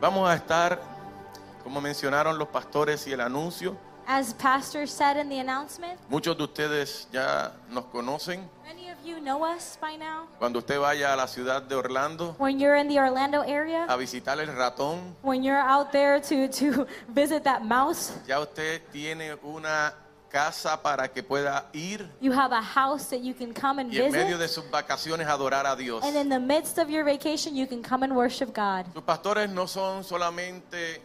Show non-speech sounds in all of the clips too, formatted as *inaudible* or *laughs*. Vamos a estar, como mencionaron los pastores y el anuncio, As Pastor said in the announcement, muchos de ustedes ya nos conocen. many of you know us by now. Cuando usted vaya a la ciudad de Orlando When you're in the Orlando area, a visitar el ratón, when you're out there to, to *laughs* visit that mouse, ya usted tiene una casa para que pueda ir you have a house that you can come and y en medio visit. de sus vacaciones adorar a Dios. And in the midst of your vacation, you can come and worship God. Sus pastores no son solamente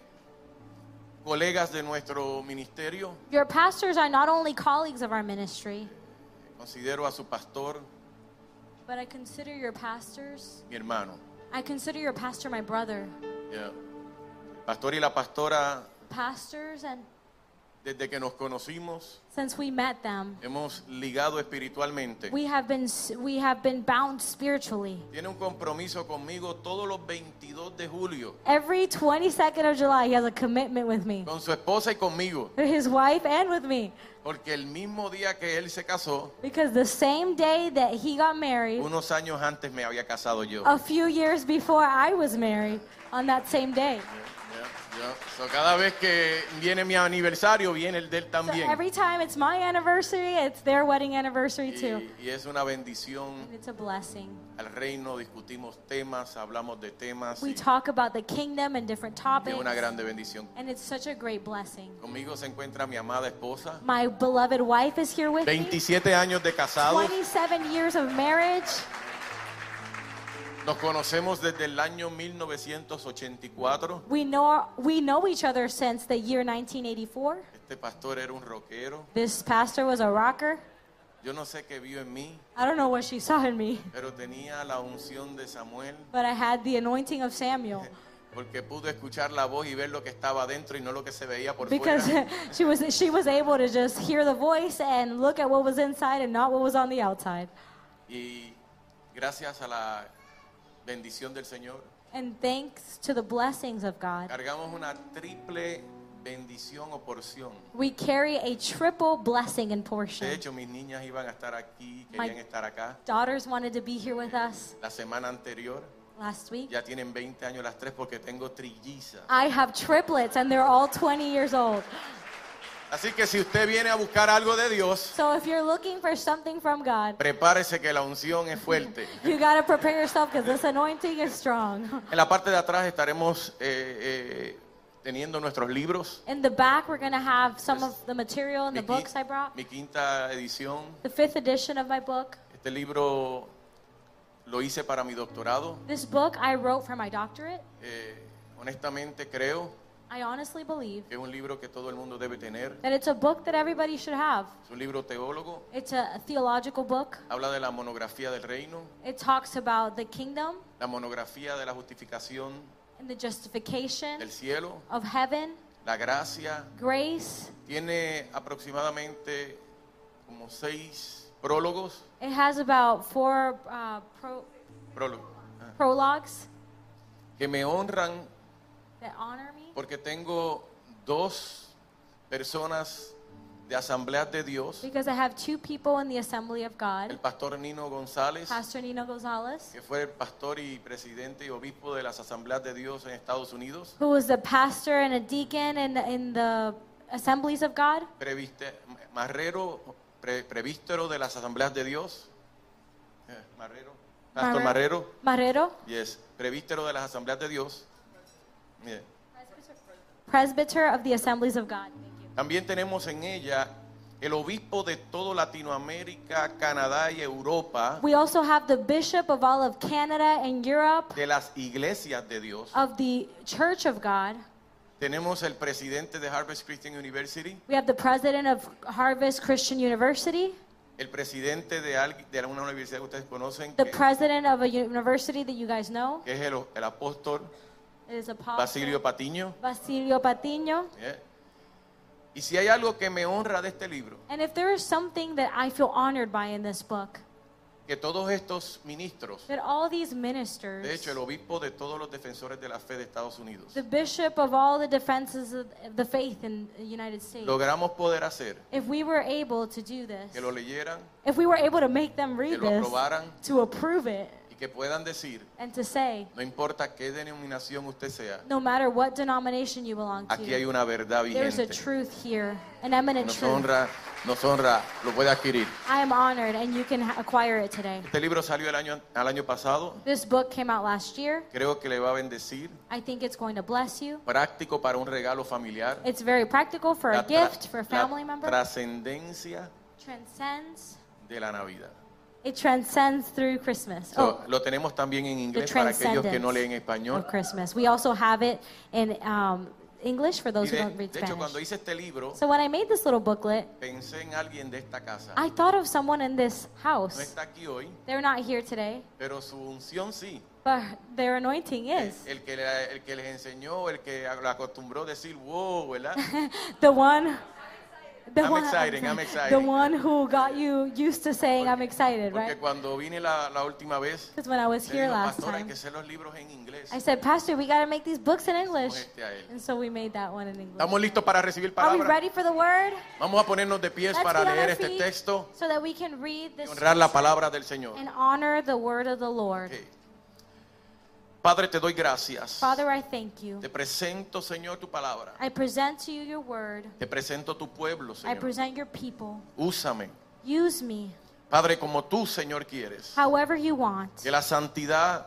colegas de nuestro ministerio, Your pastors are not only colleagues of our ministry, considero a su pastor but I consider your pastors, mi hermano. I consider your pastor my brother. Yeah. El pastor y la pastora, Pastors, and desde que nos conocimos, since we met them, hemos ligado espiritualmente. we have been, we have been bound spiritually. Tiene un compromiso conmigo todos los 22 de julio, Every 22nd of July, he has a commitment with me, con su esposa y conmigo, with his wife and with me. porque el mismo día que él se casó, Because the same day that he got married, unos años antes me había casado yo. a few years before I was married, on that same day. Yeah, yeah. So, cada vez que viene mi aniversario, viene el de él So también. every time it's my anniversary, it's their wedding anniversary too. Y, y es una bendición And it's a blessing. al reino, discutimos temas, hablamos de temas. We y talk about the kingdom and different es topics, una grande bendición. and it's such a great blessing. Conmigo se encuentra mi amada esposa. My beloved wife is here with me. 27 años de casado. 27 years of marriage. Nos conocemos desde el año 1984. We know we know each other since the year 1984. Este pastor era un rockero. This pastor was a rocker. Yo no sé qué vio en mí, I don't know what she saw in me, pero tenía la unción de Samuel but I had the anointing of Samuel porque pudo escuchar la voz y ver lo que estaba adentro y no lo que se veía por because *laughs* fuera. she was she was able to just hear the voice and look at what was inside and not what was on the outside. Y gracias a la bendición del Señor, And thanks to the blessings of God, cargamos una triple bendición o porción. we carry a triple blessing and De portion. hecho, mis niñas iban a estar aquí, My- querían estar acá. Daughters wanted to be here with us La semana anterior last week. ya tienen 20 años las tres porque tengo trillizas. I have triplets and they're all 20 years old. Así que si usted viene a buscar algo de Dios, So if you're looking for something from God, prepárese que la unción es fuerte. you got to prepare yourself because this anointing is strong. *laughs* En la parte de atrás estaremos eh, eh, teniendo nuestros libros. In the back, we're going to have some of the material and the qui- books I brought. mi quinta edición. The fifth edition of my book. Este libro lo hice para mi doctorado. This book I wrote for my doctorate. Eh, honestamente creo I honestly believe que es un libro que todo el mundo debe tener. that it's a book that everybody should have. Es un libro teólogo. It's a theological book. Habla de la monografía del reino, It talks about the kingdom la monografía de la justificación and the justification del cielo, of heaven, la gracia. grace. Tiene aproximadamente como seis prólogos. It has about four uh, pro- prólogos ah, prologues que me honran that honor me porque tengo dos personas de asambleas de Dios, because I have two people in the Assembly of el God pastor Nino González, Pastor Nino Gonzalez, que fue el pastor y presidente y obispo de las asambleas de Dios en Estados Unidos, who was the pastor and a deacon in the, in the Assemblies of God. previste- marrero, pre- prevístero de las asambleas de Dios, eh, marrero, pastor marrero, Marrero. yes, prevístero de las asambleas de Dios. Yeah. presbyter of the Assemblies of God. También tenemos en ella el obispo de todo Latinoamérica, Canadá y Europa We also have the bishop of all of Canada and Europe de las iglesias de Dios. of the Church of God. Tenemos el presidente de Harvest Christian University, We have the president of Harvest Christian University, el presidente de, al- de una universidad que ustedes conocen, the que, president of a university that you guys know. que es el, el apóstol It is Basilio Apostle Patiño. Basilio Patiño. Yeah. Y si hay algo que me honra de este libro, And if there is something that I feel honored by in this book, que todos estos ministros, that all these de ministers, hecho el obispo de todos los defensores de la fe de Estados Unidos, the bishop of all the defenses of the faith in the United States, logramos poder hacer if we were able to do this, que lo leyeran, if we were able to make them que read lo this, aprobaran to approve it y que puedan decir, and to say, no importa qué denominación usted sea, no matter what denomination you belong aquí hay to, una verdad there's a vigente. truth here, an eminent Nos truth. honra, nos honra, lo puede adquirir. I am honored, and you can ha- acquire it today. Este libro salió el año, al año pasado. This book came out last year. Creo que le va a bendecir. I think it's going to bless you. Práctico para un regalo familiar. It's very practical for a tra- gift, for a la family member. trascendencia Transcends. de la Navidad. It transcends through Christmas. So, Oh, lo tenemos también en the inglés para aquellos que no leen transcendence español. of Christmas. We also have it in um, English for Y those who de, don't read de hecho, cuando Spanish. hice este libro, So when I made this little booklet, pensé en alguien de esta casa. I thought of someone in this No house. está aquí hoy, They're not here today, pero su unción sí. but their anointing is. El que, la- el que les enseñó, el que lo acostumbró a decir, wow, *laughs* ¿verdad? The one. The I'm one, exciting, I'm The exciting. one who got you used to saying, I'm excited, Porque right? cuando vine la, la última vez, Because when I was le here digo, last pastor, hay time, que hacer los libros en inglés. I said, Pastor, we got to make these books in English. este a él. And so we made that one in English. ¿Estamos listos para recibir Are we palabra? ready for the word? Vamos a ponernos de pies Let's para get on our leer este feet texto so that we can read y this honrar la text palabra del Señor. and honor the word of the Lord. Ok. Padre, te doy gracias. Father, I thank you. Te presento, Señor, tu palabra. I present to you your word. Te presento tu pueblo, I Señor. present your people. Úsame. Use me Padre, como tú, Señor, quieres. however you want, Que la santidad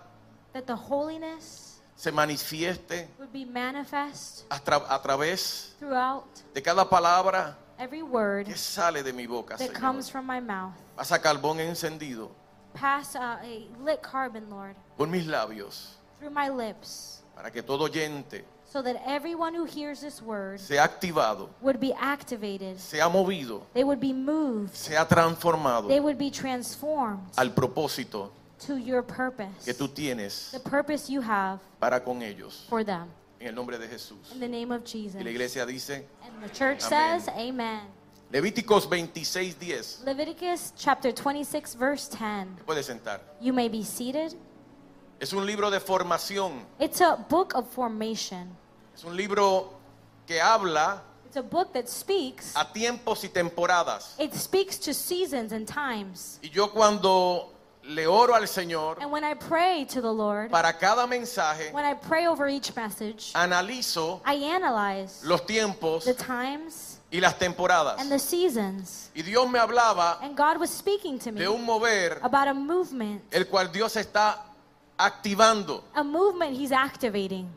that the holiness se manifieste would be manifest a, tra- a través throughout de cada palabra every word que sale de mi boca, that Señor. comes from my mouth. Pasa carbón encendido Pass uh, a lit carbon, Lord, por mis labios through my lips, para que todo oyente so that everyone who hears this word sea activado, would be activated. sea movido, They would be moved. sea transformado They would be transformed al propósito to your purpose, que tú tienes the purpose you have para con ellos. for them. En el nombre de Jesús. In the name of Jesus. Y la iglesia dice, And the church Amén. says, Amen. Levíticos 26, 10. Leviticus chapter 26, verse 10. Puede sentar. You may be seated. Es un libro de formación. It's a book of formation, Es un libro que habla it's a book that speaks. a tiempos y temporadas. It speaks to seasons and times. Y yo cuando le oro al Señor, And when I pray to the Lord, para cada mensaje, when I pray over each message, analizo I analyze los tiempos the times y las temporadas. and the seasons. Y Dios me hablaba And God was speaking to de me un mover about a movement, el cual Dios está activando. a movement He's activating.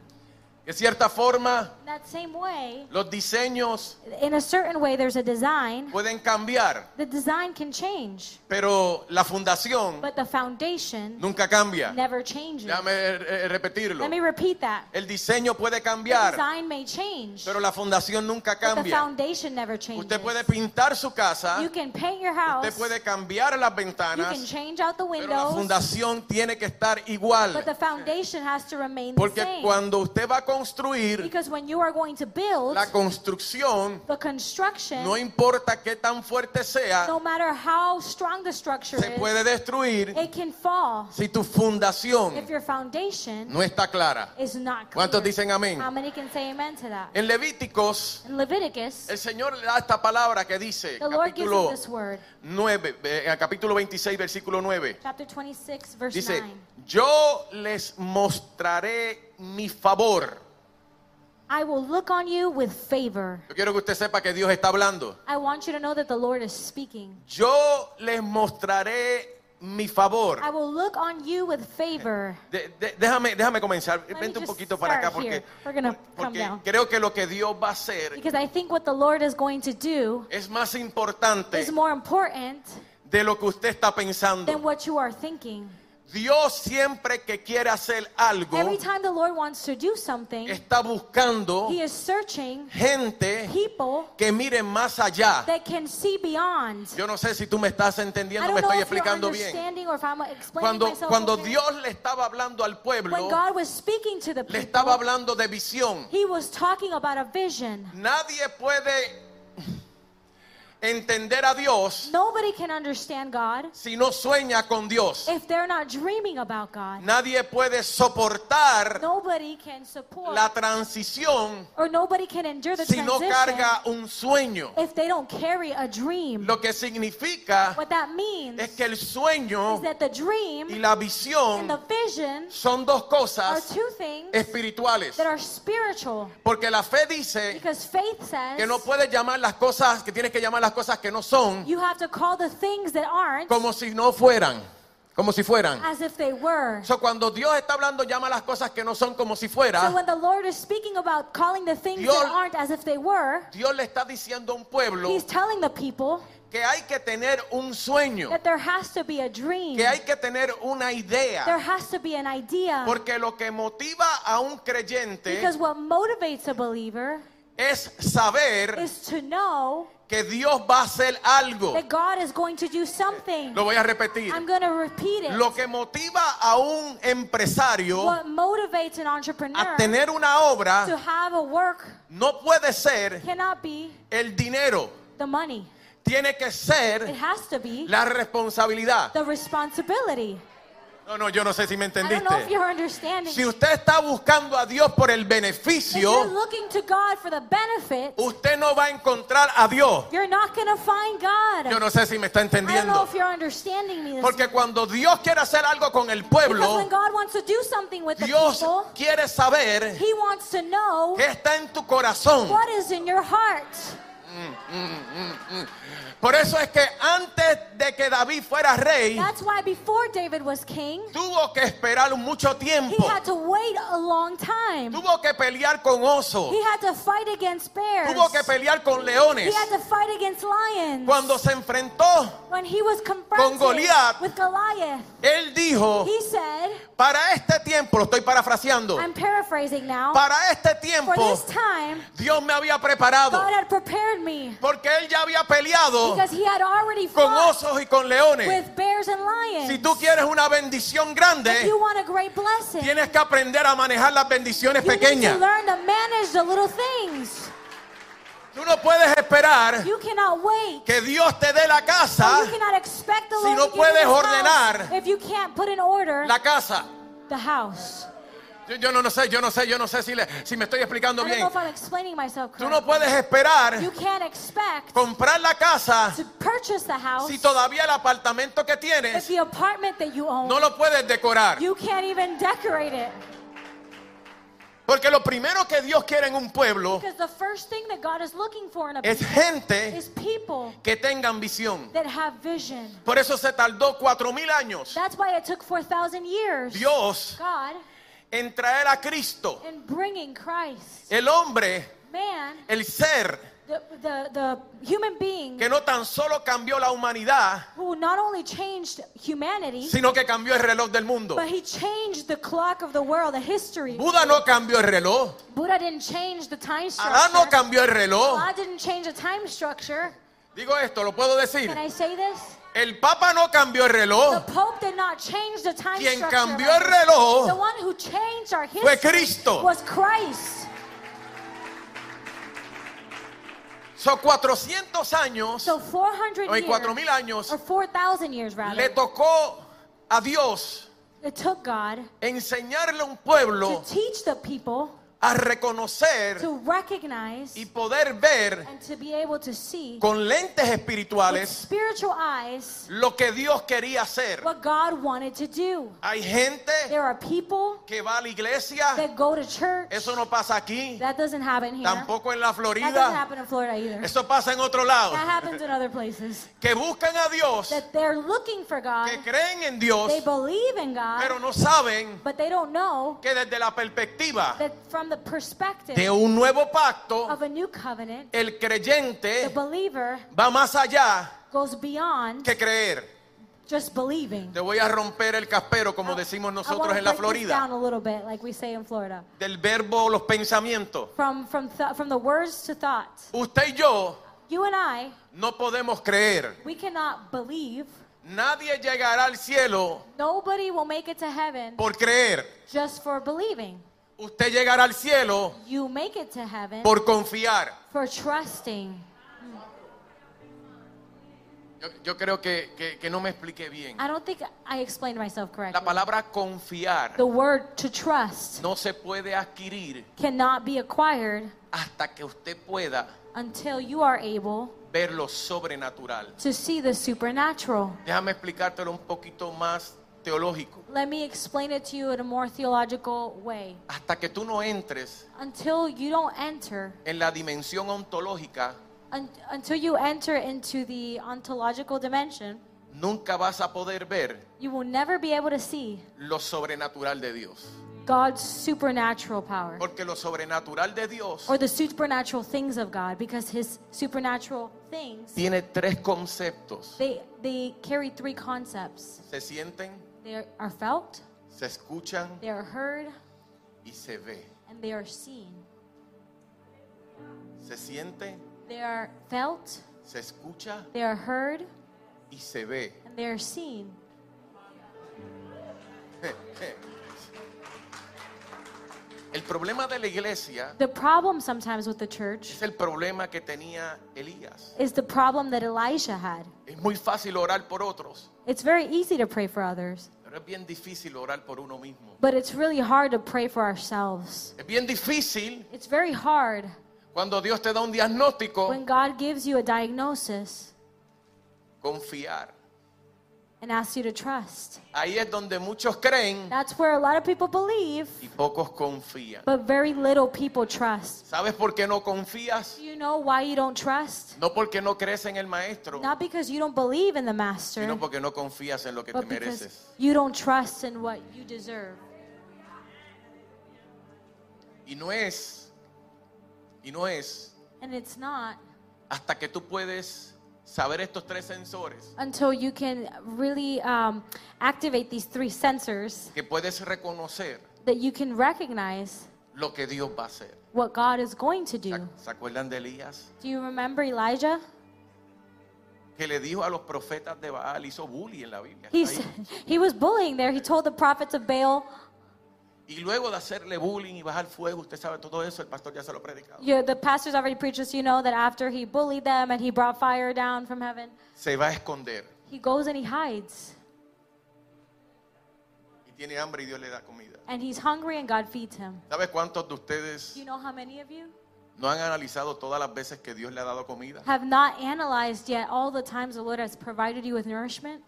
De cierta forma, In that same way, los diseños in a certain way, there's a design. pueden cambiar, The design can change, pero la fundación but the foundation nunca cambia. never changes. Déjame eh, repetirlo. Let me repeat that. El diseño puede The cambiar, design may change, pero la fundación nunca but the cambia. foundation never changes. Usted puede pintar su casa, You can paint your usted house. puede cambiar las You can ventanas, change out the pero la windows, fundación tiene que estar but the igual. foundation has to remain the Porque same. cuando usted va a construir Because when you are going to build, la construcción, the construction, no importa qué tan fuerte sea, no matter how strong the structure se is, puede destruir it can fall si tu fundación if your foundation no está clara. is not clear. ¿Cuántos dicen amén? Eh. How many can say amen to that? En Levíticos, In Leviticus, el Señor le da esta palabra que dice, the Lord gives capítulo us this word, 9, eh, en el capítulo 26, versículo 9. chapter 26, verse Dice, 9. yo les mostraré mi favor. I will look on you with favor. Yo quiero que usted sepa que Dios está hablando. I want you to know that the Lord is speaking. Yo les mostraré mi favor. I will look on you with favor. De- de- déjame, déjame comenzar. me Vente un just poquito para acá start porque, here. We're gonna por- come porque down. creo que lo que Dios va a hacer Because I think what the Lord is going to do es más importante is more important de lo que usted está than pensando. what you are thinking. Dios siempre que quiere hacer algo Every time the Lord wants to do something, está buscando He is searching gente people que miren más allá. that can see beyond. Yo no sé si tú me estás I entendiendo, me don't know estoy if you're explicando bien. understanding or if I'm explaining Cuando, myself. cuando okay. Dios le estaba hablando al when pueblo, God was speaking to the le estaba people, hablando de visión. He was talking about a vision. Nadie puede entender a Dios Nobody can understand God si no sueña con Dios. if they're not dreaming about God. Nadie puede soportar Nobody can support la transición or nobody can endure the si no transition carga un sueño. if they don't carry a dream. Lo que significa What that means es que el sueño is that the y dream la and the visión vision son dos are cosas two things espirituales. that are spiritual Porque la fe dice because faith says que no puedes llamar las cosas, que tienes que llamar las cosas que no son you have to call the things that aren't como si no fueran, como si fueran. as if they were. So, cuando Dios está hablando, llama las cosas que no son como si So fuera. when the Lord is speaking about calling the things Dios- that aren't as if they were, Dios le está diciendo a un pueblo He's telling the people que hay que tener un sueño, that there has to be a dream. que hay que tener una There idea. has to be an idea. Porque lo que motiva a un creyente Because what motivates a believer es saber is to know que Dios va a hacer algo. that God is going to do something. Lo voy a repetir. I'm going to repeat it. Lo que motiva a un empresario What motivates an entrepreneur a tener una to obra have a work no puede ser cannot be el dinero, the money. tiene que It ser has to be la responsabilidad. the responsibility. No, no, yo no sé si me I don't know if entendiste. you're understanding. Si usted está buscando a Dios por el If you're beneficio, looking to God for the benefit, usted no va a encontrar a Dios. you're not going to find Yo God. no sé si me está I don't know entendiendo. if you're understanding me. This Porque cuando Dios quiere hacer algo con el Because when pueblo, God wants to do something with the Dios people, quiere saber He wants to know qué está en tu corazón. what is in your heart. Por eso es que antes de que David fuera rey, That's why before David was king, tuvo que esperar mucho he tiempo. had to wait a long time. Tuvo que pelear con osos. He had to fight against bears. Tuvo que pelear con He leones. had to fight against lions. Cuando se enfrentó, when he was confronted Goliath. with Goliath, él dijo, he said, para este tiempo, lo estoy parafraseando, I'm paraphrasing now, para este for tiempo this time, Dios me había preparado God had prepared me porque él ya había peleado because he had already con fought osos y con leones. with bears and lions. Si tú quieres una bendición if grande, you want a great blessing, tienes que aprender a manejar las bendiciones You need to pequeñas. learn to manage the little things. Tú no puedes esperar You cannot wait. que Dios te dé la casa, you cannot expect the si Lord no to give you puedes this house ordenar if you can't put in order la casa. the house. Yo, yo no, no sé, yo no sé, yo no sé si, le- si me estoy explicando I don't bien. know if I'm explaining myself Tú correctly. no puedes esperar you can't expect comprar la casa to purchase the house si todavía el apartamento que if tienes the apartment that you own, no lo puedes decorar. you can't even decorate it. Porque lo primero que Dios quiere en un pueblo Because the first thing that God is looking for in a es people gente is people que tenga ambición. that have vision. Por eso se tardó cuatro mil años That's why it took 4,000 years. Dios God en traer a Cristo. in bringing Christ. El hombre, Man el ser the, the, the human being que no tan solo cambió la humanidad, who not only changed humanity, sino que cambió el reloj del mundo. but he changed the clock of the world, the history. Buda no cambió el reloj. Buddha didn't change the time Adán Ah, no structure. cambió el reloj. God didn't change the time structure. Digo esto, lo puedo decir. Can I say this? El Papa no cambió el The reloj. Pope did not change the time Quien structure. Oh. cambió of el our- reloj the one who changed our fue history Cristo. was Christ. Son 400 años, So 400 o en years, 4000 años, or 4,000 years le rather, tocó a Dios it took God enseñarle a un to pueblo teach the people a reconocer to recognize y poder ver and to be able to see con lentes with espirituales spiritual eyes lo que Dios quería hacer. what God wanted to do. Hay gente There are people que va a la iglesia, that go to church. eso no pasa aquí, That doesn't happen here. tampoco en la That doesn't Florida, happen in Florida either. eso pasa en otro That lado. happens in other places. Que buscan a Dios, That they're looking for God. que creen en They Dios, believe in pero God, no saben but they don't know que desde la perspectiva that from the de perspective un nuevo pacto, of a new covenant, el the creyente believer va más allá goes beyond que creer. just believing. Te voy a romper el caspero, como decimos I wanna nosotros en la break this down Florida, a little bit, like we say in Florida. del verbo los pensamientos. From from th- from the words to thought. Usted y yo You and I, no podemos creer. we cannot believe. Nadie llegará al cielo Nobody will make it to heaven por creer. just for believing. Usted llegará al cielo You make it to heaven por confiar. for trusting. Yo, yo creo que, que- que no me expliqué bien. I don't think I explained myself La correctly. palabra confiar The word to trust no se puede adquirir cannot be acquired hasta que usted pueda until you are able ver lo sobrenatural. to see the supernatural. Déjame explicártelo un poquito más teológico. Let me explain it to you in a more theological way. Hasta que tú no entres Until you don't enter, en la dimensión ontológica, un, until you enter into the ontological dimension, nunca vas a poder ver you will never be able to see lo sobrenatural de Dios. God's supernatural power Porque lo sobrenatural de Dios or the supernatural things of God because his supernatural things tiene tres conceptos. they they carry three concepts. Se sienten, They are felt, se escuchan they are heard, y se ve. and they are seen. Se siente, They are felt, se escucha they are heard, y se ve. and they are seen. El problema de la iglesia The problem sometimes with the church es el problema que tenía Elías. is the problem that Elisha had. Es muy fácil orar por otros, It's very easy to pray for others, pero es bien difícil orar por uno mismo. but it's really hard to pray for ourselves. Es bien difícil It's very hard cuando Dios te da un diagnóstico when God gives you a diagnosis confiar. and asks you to trust. Ahí es donde muchos creen That's where a lot of people believe, y pocos confían. but very little people trust. ¿Sabes por qué no confías? Do you know why you don't trust? No porque no crees en el maestro, Not because you don't believe in the Master, sino porque no confías en lo que te but because mereces. you don't trust in what you deserve. Y no es, y no es And it's not hasta que tú puedes saber estos tres sensores, until you can really um, activate these three sensors que puedes reconocer that you can recognize lo que Dios va a hacer. what God is going to ¿Se do. ac- ¿Se acuerdan de Elías? Do you remember Elijah? Que le dijo a los profetas de Baal, hizo bully en la Biblia. He, está s- ahí. *laughs* he was bullying there. He told the prophets of Baal, Y luego de hacerle bullying y bajar fuego, usted sabe todo eso, el pastor ya se lo ha predicado. you the pastor's already preached this, you know, that after he bullied them and he brought fire down from heaven, Se va a esconder he goes and he hides. y tiene hambre y Dios le da comida. And he's hungry and God feeds him. ¿Sabe cuántos de Do ustedes you know how many of you no han analizado todas las veces que Dios le ha dado comida? have not analyzed yet all the times the Lord has provided you with nourishment?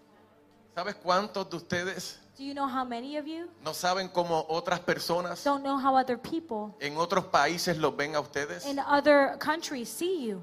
¿Sabes cuántos de ustedes Do you know how many of you no saben cómo otras personas don't know how other people en otros países los ven a ustedes? in other countries see you?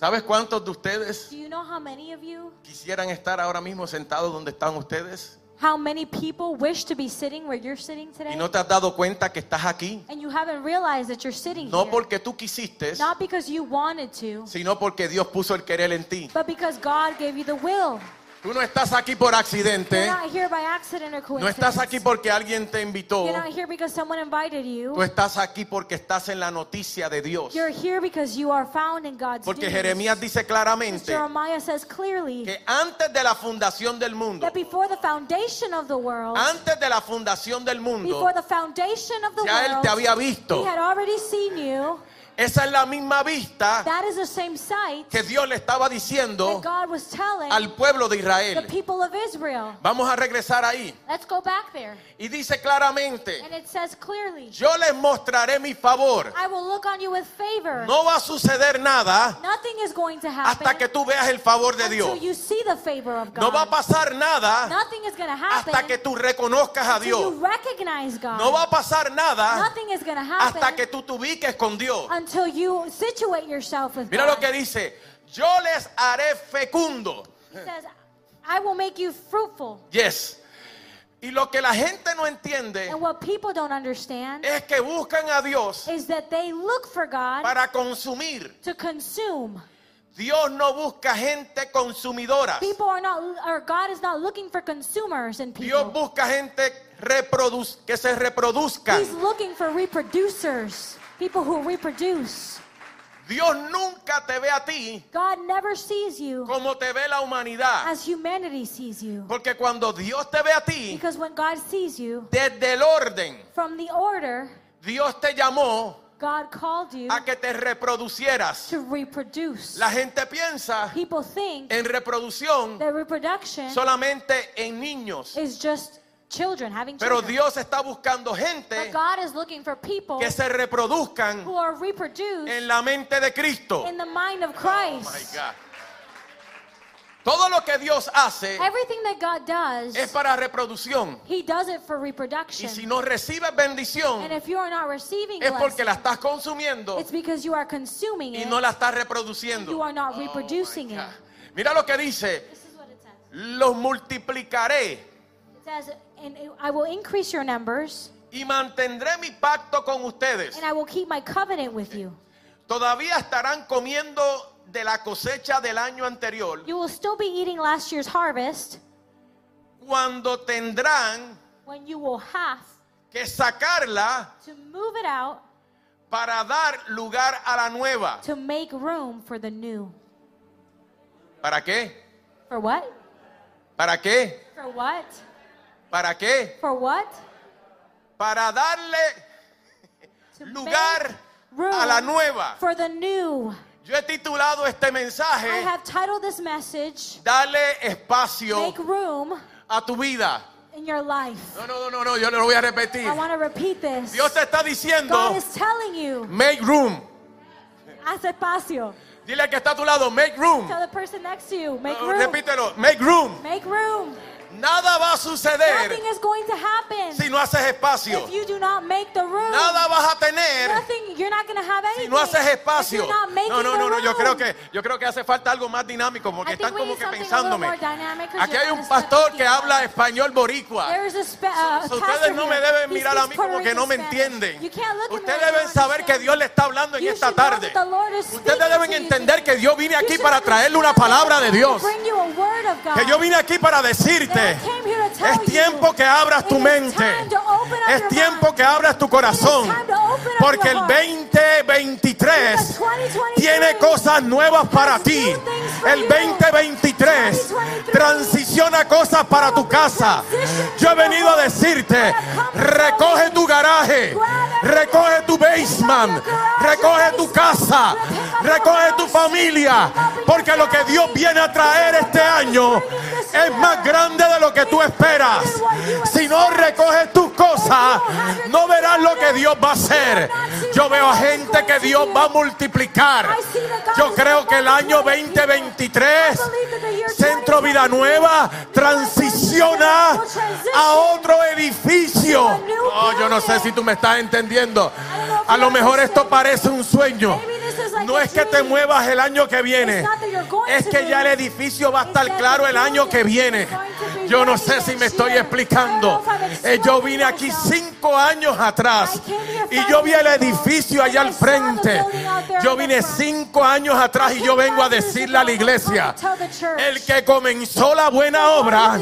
¿Sabes cuántos de ustedes Do you know how many of you quisieran estar ahora mismo sentados donde están ustedes? How many people wish to be sitting where you're sitting Y today? no te has dado cuenta que estás aquí. and you haven't realized that you're sitting No here. porque tú quisiste, Not because you wanted to, sino porque Dios puso el querer en ti. but because God gave you the will. Tú no estás aquí por You're accidente. not here by accident or No coincidence. estás aquí porque alguien te invitó. You're not here because someone invited you. Tú estás aquí porque estás en la noticia de Dios. You're here because you are found in God's Porque news. Jeremías dice Because claramente Jeremiah says clearly que antes de la fundación del mundo, that before the foundation of the world, antes de la fundación del mundo, before the foundation of the ya él world, te había he visto. had already seen you. Esa es la misma vista That is the same sight que Dios le estaba that diciendo God was telling al pueblo de the Israel. people of Israel. Vamos a regresar ahí. Let's go back there. Y dice claramente, And it says clearly, yo les mostraré mi favor. I will look on you with favor. No va a suceder nada Nothing is going to happen hasta que tú veas el favor de until Dios. you see the favor of No God. va a pasar nada Nothing is going to happen hasta que tú reconozcas a until Dios. you recognize God. No va a pasar nada Nothing is going to happen hasta que tú te ubiques con Dios. until you situate yourself with Mira God. lo que dice, yo les haré fecundo. He says, I will make you fruitful. Yes. Y lo que la gente no entiende And what people don't understand es que buscan a Dios is that they look for God para consumir. to consume. Dios no busca gente consumidora. People are not, or God is not looking for consumers and people. Dios busca gente reprodu- que se reproduzca. He's looking for reproducers, people who reproduce. Dios nunca te ve a ti God never sees you como te ve la humanidad. as humanity sees you. Porque cuando Dios te ve a ti, Because when God sees you desde el orden, from the order, Dios te llamó God called you a que te reproducieras. to reproduce. La gente piensa People think en reproducción that reproduction solamente en niños, is just children having pero children. Dios está buscando but gente God is looking for people que se reproduzcan who are reproduced en la mente de Cristo. in the mind of Oh Christ. my God. Todo lo que Dios hace Everything that God does, es para reproducción. He does it for reproduction. Y si no recibes and bendición, if you are not receiving es porque blessing, la estás consumiendo it's because you are consuming y it. no Oh la estás and you reproduciendo. are not reproducing it. Ah, Mira lo que dice, This is what it says. los multiplicaré It says, and I will increase your numbers, y mantendré mi pacto con ustedes. and I will keep my covenant with you. Todavía estarán comiendo de la cosecha del año anterior You will still be eating last year's harvest cuando tendrán when you will have que sacarla to move it out para dar lugar a la nueva. to make room for the new. ¿Para qué? For what? ¿Para qué? For what? ¿Para qué? For what? Para darle To lugar make room a la nueva. for the new. Yo he titulado este I mensaje, have titled this message, dale espacio Make Room a tu vida. in Your Life. No, no, no, no, no, yo lo voy a repetir. I want to repeat this. Dios te está God diciendo, is telling you, make room. haz espacio. Dile al que está a tu lado, make room. Tell the person next to you, make Oh, room. repítelo, make room. Make room. Nada va a suceder Nothing is going to happen si no haces espacio. if you do not make the room. Nada vas a tener Nothing, you're not going to have si anything. no haces if espacio. you're not making No, no, the no, no, yo creo room. que yo creo que hace falta algo más dinámico porque I think están we como need que something a little pensándome. more dynamic 'cause Aquí you're hay kinda un stuck pastor que thinking. habla español boricua. There's a spa- uh, Ah, So, a ustedes pastor no here. me deben He mirar a speaks mí Puerto como que no me Rican Spanish. entienden. You can't look at me Ustedes like you deben don't saber que understand. Dios le está hablando en You esta should know tarde. that the Lord is Ustedes speaking deben to you entender que today. Dios vine You aquí should para traerle una understand palabra that de God Dios. bring you a word of God. Que yo vine aquí para decirte, That I came here to tell es you. tiempo que abras tu It is mente. time to open up Es your tiempo mind. que abras tu corazón. It is time to open up Porque el your heart. 2023 Because 2023 tiene cosas nuevas para has ti. new things for El you. 2023 2023 transiciona cosas para tu will be casa. Yo he transition to your venido a home. I decirte, have come to recoge tell you, tu garaje, grab everything recoge tu basement, your garage, recoge your tu basement, casa, pick up your recoge tu house, familia. pick up your Porque lo que family. Dios viene a traer Because este what God is año bringing this es year más grande de lo que tú is esperas. bigger than what you Si no expect. recoges tus cosas, If you don't have your no verás lo que together, Dios va a hacer. you will not see Yo what veo a God is gente going que to Dios do. va a multiplicar. I see that God Yo is creo que el año multiplying people. 2023, I believe that the year Centro Vida 2023 Nueva, transiciona will transition a otro edificio. to a new Oh, yo no sé building. si tú me estás entendiendo. don't know if A you lo mejor esto understand. parece un sueño. Maybe this is like No a es que te dream. muevas el año que viene. It's not that you're going Es to que ya el move. edificio va a It's estar that claro the el año que building is viene. going to be Yo no ready sé si next me estoy year. I explicando. don't know if I'm Eh, Yo explaining vine aquí myself. cinco años atrás I came here y five yo vi el years ago, edificio allá and al I saw the frente. building out there Yo on the vine front. cinco años atrás y yo vengo a decirle a la iglesia, el que comenzó la buena obra,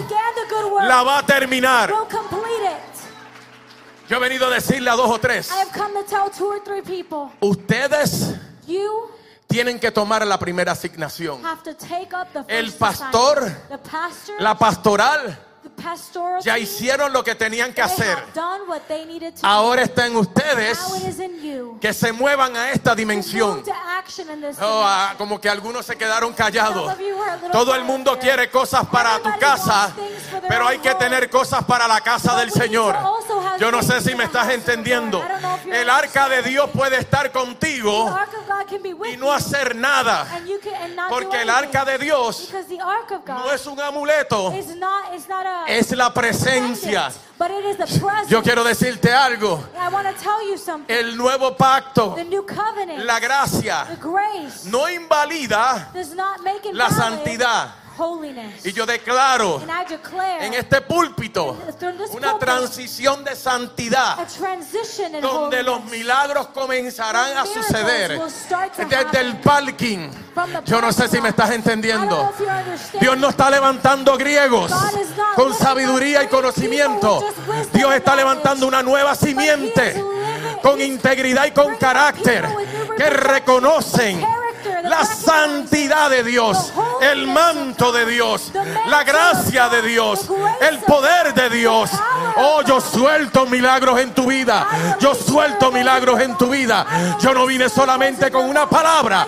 la va a terminar. will complete it. Yo he venido a decirle a dos o tres, I have come to tell two or three people, ustedes you tienen que tomar la primera asignación. have to take up the first El pastor, assignment. the pastor, La pastoral the pastoral ya team, hicieron lo que tenían que they hacer. have done what they needed to Ahora está en do. ustedes Now it is in you. que se muevan a esta dimensión. Move to action in this Oh, ah, dimension. como que algunos se quedaron Some callados. of you were a little Todo el quiet mundo there. quiere cosas para tu Everybody casa, wants things for their pero hay own que home. tener cosas para la casa But del we need Señor. to also have Yo no sé things si in me the estás house of the Lord. entendiendo. I don't know if you're El arca de understanding. Dios puede estar The contigo ark of God can be with y no you, hacer nada, and you can, and not do porque el anything. arca de Dios Because the ark of God no es un amuleto, is not, is not a es la presencia. present, but it is the presence. Yo quiero decirte algo. I want to tell you something. El nuevo pacto, The new covenant, la gracia, the grace, no invalida does not make it la valid santidad. holiness. Y yo declaro and I declare en este púlpito through this una pulpit, transición de a santidad transition in donde los holiness. milagros comenzarán a Miracles suceder Este will start to desde el happen parking. from the Yo no sé si parking me estás lot. I don't know entendiendo. if you understand. Dios no está levantando griegos God is not con looking sabiduría y for people with conocimiento. just wisdom Dios and está levantando knowledge. una nueva But he simiente is living- con he's integridad y con bringing up carácter people with new que reproduction, reconocen character that la santidad de Dios, el manto de Dios, la gracia de Dios, el poder de Dios. Oh, yo suelto milagros en tu vida. Yo suelto milagros en tu vida. Yo no vine solamente con una palabra.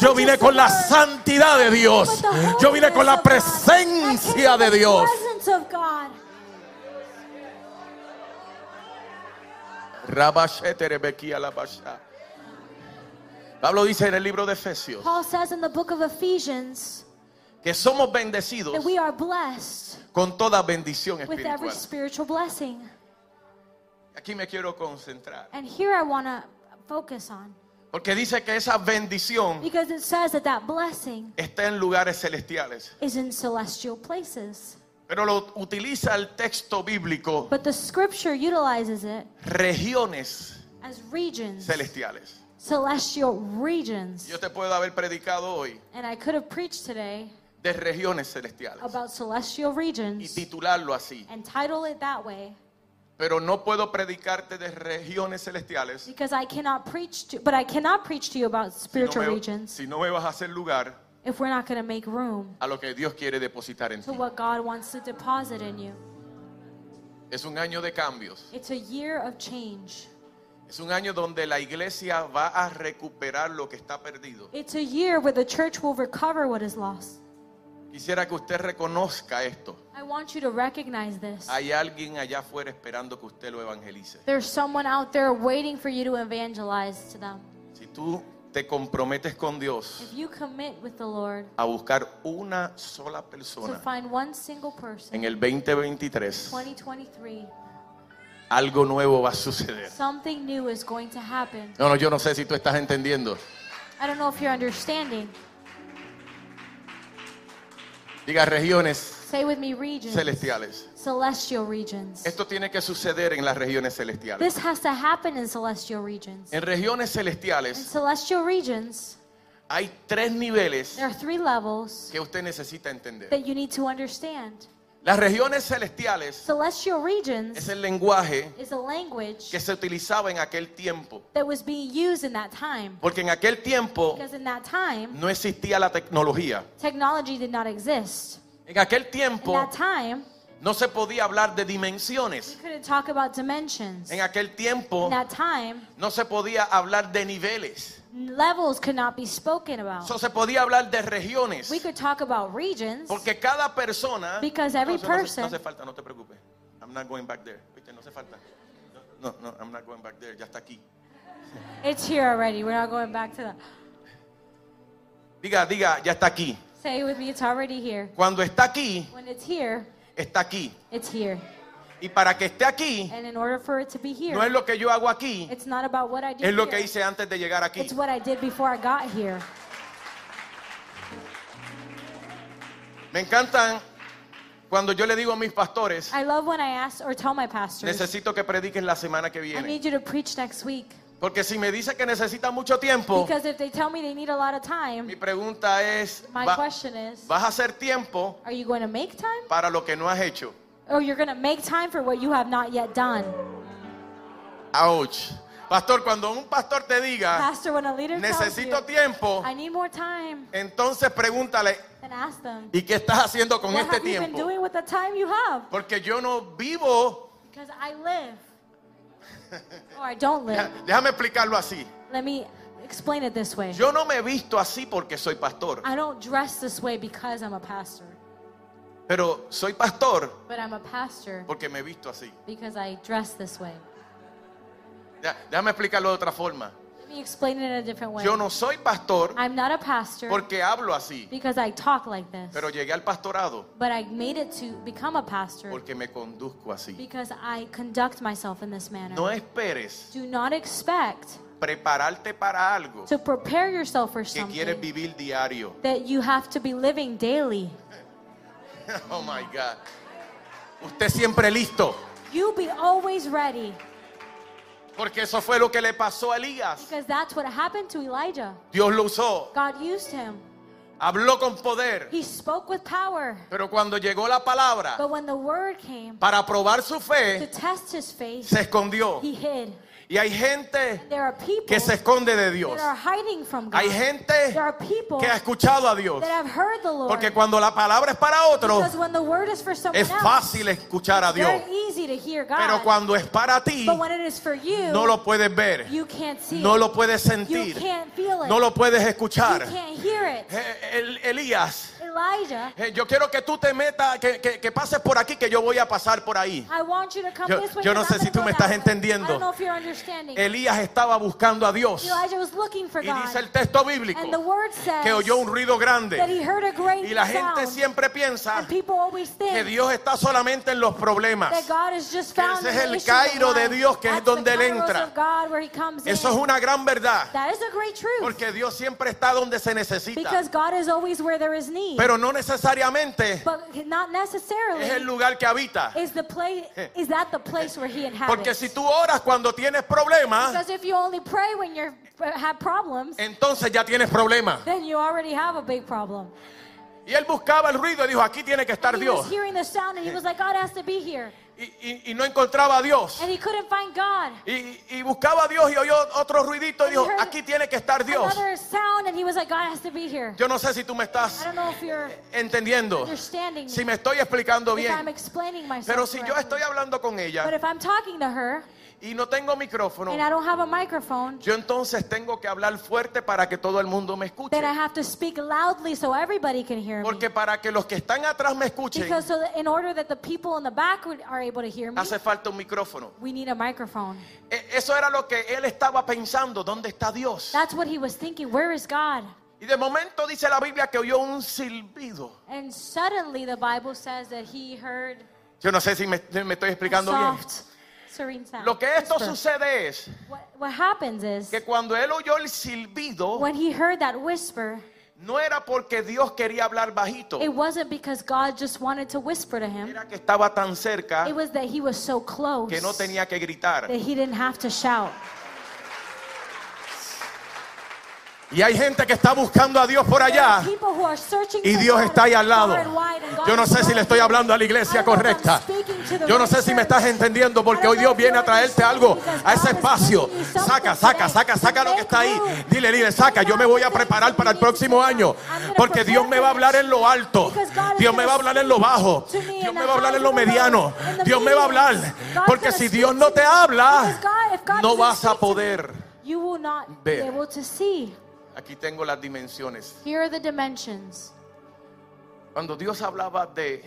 Yo vine con la santidad de Dios. Yo vine con la presencia de Dios. presence of God. Rabashete rebequía la basha. Pablo dice en el libro de Efesios Paul says in the book of Ephesians que somos bendecidos that we are blessed con toda bendición with every espiritual. spiritual blessing. Aquí me quiero concentrar. And here I want to focus on Porque dice que esa bendición because it says that that blessing está en lugares celestiales. is in celestial places. Pero lo utiliza el texto bíblico, But the scripture utilizes it regiones as regions, celestiales. celestial regions. Yo te puedo haber predicado hoy And I could have preached today de regiones celestiales about celestial y regions titularlo así. and title it that way Pero no puedo predicarte de regiones celestiales because I cannot preach to, but I cannot preach to you about si no spiritual me, regions si no me vas a hacer lugar if we're not going to make room a lo que Dios quiere depositar en to ti. what God wants to deposit in you. Es un año de cambios. It's a year of change. Es un año donde la iglesia va a recuperar lo que está perdido. It's a year where the church will recover what is lost. Quisiera que usted reconozca esto. I want you to recognize this. Hay alguien allá afuera esperando que usted lo evangelice. There's someone out there waiting for you to evangelize to them. Si tú te comprometes con Dios If you commit with the Lord a buscar una sola to persona find one single person, en el 2023, 2023, algo nuevo va a suceder. something new is going to happen. No, no, yo no sé si tú estás entendiendo. I don't know if you're understanding. Diga regiones Say with me, regions. celestiales. Celestial regions. Esto tiene que suceder en las regiones celestiales. This has to happen in celestial regions. En regiones In celestiales celestial regions, hay tres niveles there are three levels que usted necesita entender. that you need to understand. Las regiones celestiales Celestial regions es el lenguaje is a language que se utilizaba en aquel tiempo. that was being used in that time. Porque en aquel tiempo Because in that time, no existía la tecnología. technology did not exist. En aquel In tiempo that time, no se podía hablar de we dimensiones. couldn't talk about dimensions. En In aquel tiempo that time, no se podía hablar de niveles. levels could not be spoken about. No se podía hablar de regiones. We could talk about regions. Porque cada persona. Because every no, eso no hace- person- no hace falta, no te preocupes. I'm not going back there. Viste, no hace falta. No, no, no, I'm not going back there. Ya está aquí. It's here already. We're not going back to that. Diga, diga, ya está aquí. Say it with me, it's already here. Cuando está aquí, When it's here, está aquí. it's here. Y para que esté aquí, And in order for it to be no es here, lo que yo hago aquí, it's not about what I do es lo que here. hice antes de llegar aquí. It's what I did before I got here. Me encantan cuando yo le digo a mis pastores, I love when I ask or tell my pastors, necesito que prediques la semana que I viene. need you to preach next week. Porque si me dice que necesita mucho tiempo, Because if they tell me they need a lot of time, Oh. mi pregunta es, my va- question is, ¿vas a hacer tiempo are you going to make time? para lo que no has hecho? Or you're going to make time for what you have not yet done? Ouch. Pastor, cuando un pastor te diga, Pastor, when a leader tells you, Ah. necesito tiempo, I need more time, entonces pregúntale, then ask them, ¿y qué estás haciendo con what este have you been tiempo? doing with the time you have? Porque yo no vivo, Because I *laughs* live. Or I don't live. déjame explicarlo así, Let me explain it this way. yo no me he visto así porque soy pastor, I don't dress this way because I'm a pastor. pero soy pastor But I'm a pastor porque me he visto así. because I dress this way. Ya, Déjame explicarlo de otra forma. Let me explain it in a different way. Yo no soy pastor I'm not a pastor porque hablo así, because I talk like this. pero llegué al pastorado But I made it to become a pastor porque me conduzco así. because I conduct myself in this manner. No esperes Do not expect prepararte para algo to prepare yourself for que quieres something vivir diario. that you have to be living daily. Oh my God. Usted siempre listo, You be always ready porque eso fue lo que le pasó a Elías. because that's what happened to Elijah. Dios lo usó, God used him. habló con poder, He spoke with power. pero cuando llegó la palabra But when the word came para probar su to fe, test his faith, se escondió. he hid. Y hay gente There are people que se esconde de Dios. that are hiding from God. Hay gente there are people que ha escuchado a Dios. that have heard the Lord. Porque cuando la palabra es para otro, because when the word is for someone es else, fácil escuchar a it's Dios. very easy to hear God. Pero cuando es para ti, but when it is for you, no lo puedes ver, you can't see no it. lo puedes you sentir, can't feel it. no lo puedes you escuchar. can't hear it. Eh, el- Elías, Elijah, eh, yo quiero que tú te metas, que, que- que pases por aquí, que yo voy a pasar por ahí. I want you to come Yo- this way. yo and no I'm sé si gonna tú go me that estás way. entendiendo. I don't know if you're understanding. Elías estaba buscando a Dios. Elijah was looking for Y God. dice el texto bíblico and the word says que oyó un ruido that grande. he heard a great Y la gente sound. siempre piensa and people always think que Dios está solamente en los problemas. that God is just que found ese in es el the issues Cairo of de life. Dios, que es That's the donde él Kairos entra. of God where he comes Eso in. es una gran verdad. That is a great truth. Porque Dios siempre está donde se necesita. because God is always where there is need. Pero no necesariamente but not necessarily es el lugar que habita. is the place is that the place where he inhabits. Porque si tú oras cuando tienes problemas, because if you only pray when you have problems, Eh. entonces ya tienes problemas. then you already have a big problem. Y él buscaba el ruido y dijo, aquí tiene que estar he Dios. was hearing the sound and he was like, God has to be here. Y, y- y no encontraba a Dios. And he couldn't find God. Y, y buscaba a Dios y oyó otro ruidito y And dijo, he heard aquí tiene que estar Dios. Another sound and he was like, God has to be here. Yo no sé si tú me I estás don't know if you're entendiendo, understanding me. si me estoy explicando if I'm bien. explaining myself. Pero si yo correctly. estoy hablando con But ella if I'm talking to her y no tengo micrófono, and I don't have a microphone, Yo entonces tengo que hablar fuerte para que todo el mundo me escuche. then I have to speak loudly so everybody can hear me. Porque para que los que están atrás me escuchen, Because so that in order that the people in the back would, are able to hear me, hace falta un micrófono. we need a microphone. E- Eso era lo que él estaba pensando, ¿dónde está Dios? That's what he was thinking. Where is God? Y de momento dice la Biblia que oyó un silbido. And suddenly the Bible says that he heard Yo no sé si me, me estoy a explicando bien. soft, serene sound. Lo que esto Whisper. sucede es What, what happens is que cuando él oyó el silbido, when he heard that whisper, no era porque Dios quería hablar bajito, it wasn't because God just wanted to whisper to him. era que estaba tan cerca It was that he was so close que no tenía que gritar. that he didn't have to shout. Y hay gente que está buscando a Dios por There allá. are people who are searching y for Dios God está ahí al lado. far and wide, and God Yo no is sé si right le estoy here. hablando a la I iglesia don't know if I'm correcta. speaking to the Yo no sé right si me estás church. entendiendo porque I don't hoy Dios know if viene a you're traerte algo understanding a ese because God is espacio. giving you something Saca, saca, today. saca, saca lo que está ahí. Make room. Dile, dile, saca. Yo me voy a preparar para el próximo año porque Dios me va a hablar en lo alto. Dios me va a hablar en lo bajo. Dios me va a hablar en lo mediano. Dios me va a hablar. Porque si Dios no te habla, no vas a poder. You will not Ver. be able to see. Aquí tengo las dimensiones. Here are the dimensions. Cuando Dios hablaba de,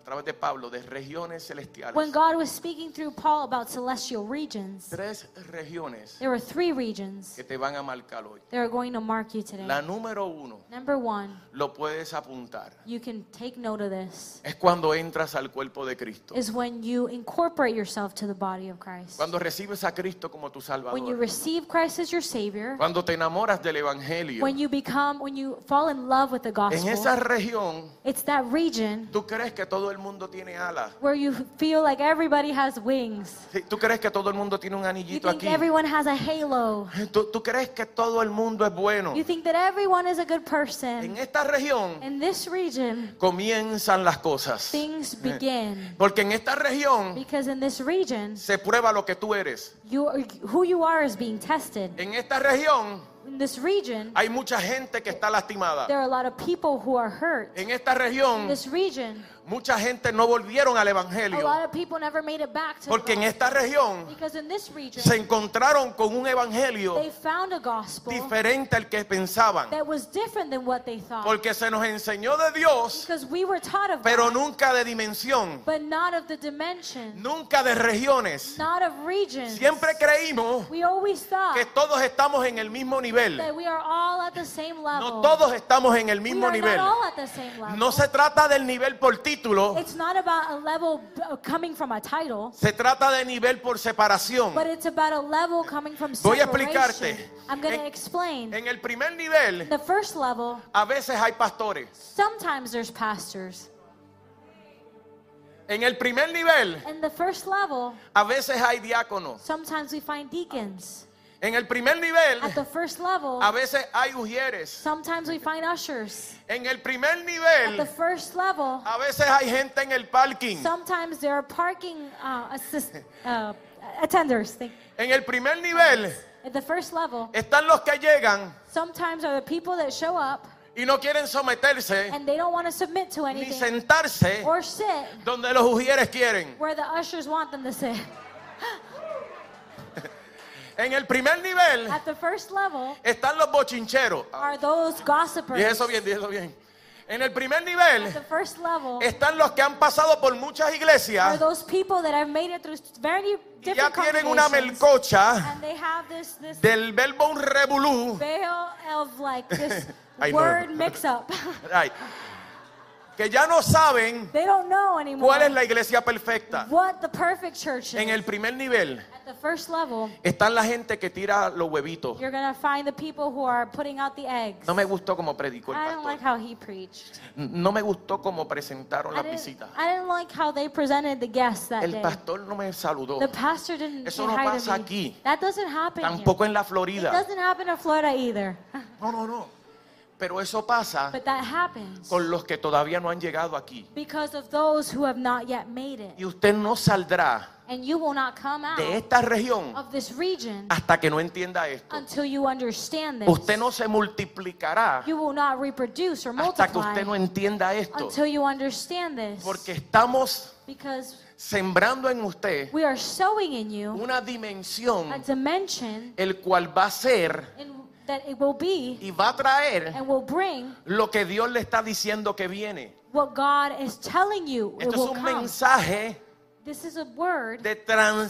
a través de Pablo, de regiones When celestiales, God was speaking through Paul about celestial regions, tres regiones there were three regions que te van a marcar hoy. that are going to mark you today. La número uno, Number one, lo puedes apuntar, you can take note of this, es cuando entras al cuerpo de Cristo. is when you incorporate yourself to the body of Christ. Cuando recibes a Cristo como tu When you Salvador. receive Christ as your Savior, Cuando te enamoras del Evangelio. when you become, when you fall in love with the En esa gospel, región, it's that region tú crees que todo el mundo tiene alas. where you feel like everybody has wings. Sí, Tú crees que todo el mundo tiene un You anillito think aquí. everyone has a halo. Tú, tú crees que todo el mundo es bueno. You think that everyone is a good En person. esta región In this region, comienzan las cosas. things begin. Porque en esta región Because in this region, se prueba lo que tú eres. you are, who you are is being tested. En esta región In this region, hay mucha gente que está lastimada. there are a lot of people who are hurt. En esta In región this region, mucha gente no volvieron al a evangelio lot of people never made it back to the porque en gospel. esta región Because in this region, se encontraron con un evangelio they found a gospel diferente al que pensaban that was different than what they thought. porque se nos enseñó de Dios Because we were taught of pero God, nunca de dimensión but not of the dimension, nunca de regiones not of regions. siempre creímos We always thought que todos estamos en el mismo nivel that we are all at the same no level. todos estamos en el we mismo are not nivel all at the same level. no se trata del nivel por título It's not about a level uh, coming from a title, Se trata de nivel por separación. but it's about a level coming from Voy a separation. explicarte. I'm going En- to explain. En el primer nivel, the first level, a veces hay pastores. sometimes there's pastors. En el primer nivel, In the first level, a veces hay diáconos. sometimes we find deacons. En el primer nivel, At the first level, a veces hay ujieres. sometimes we find ushers. En el primer At the nivel, first level, Ah. a veces hay gente en el parking. sometimes there are parking uh, assist, uh, attenders. Thank En el primer nivel At the first level, están los que llegan sometimes are the people that show up y no quieren someterse and they don't want to submit to ni anything sentarse or sit donde los ujieres quieren. where the ushers want them to sit. En el primer nivel At the first level están los bochincheros. Ah, are those gossipers. Dije eso bien, dije eso bien. En el primer At the nivel first level están los que han pasado por muchas are iglesias those people that have made it through very y ya different tienen una congregations. melcocha And they have this this del verbo un revolú. veil of like this *laughs* I know. word mix up. Right. Que ya no saben *laughs* they don't know anymore cuál es la iglesia perfecta. what the perfect church is. En el primer nivel At the first level, están la gente que tira los huevitos. you're going to find the people who are putting out the eggs. No me gustó como predicó el I don't like pastor. how he preached. No me gustó como presentaron I las didn't, visitas. I didn't like how they presented the guests that El day. pastor no me saludó. The pastor didn't Eso say no hi to pasa me. aquí. That doesn't happen here. Tampoco en la It Florida. doesn't happen in Florida either. *laughs* No, no, no. Pero eso pasa But that happens con los que todavía no han llegado aquí. because of those who have not yet made it. Y usted no saldrá And you will not come out de esta región of this region hasta que no entienda esto. until you understand this. Usted no se multiplicará pues. you will not reproduce or hasta que multiply usted no entienda esto. until you understand this. Porque estamos because sembrando en usted we are sowing in you una dimensión a dimension el cual va a ser in, that it will be y va a traer and will bring lo que Dios le está diciendo que viene. what God is telling you it Esto es will un come. mensaje This is a word de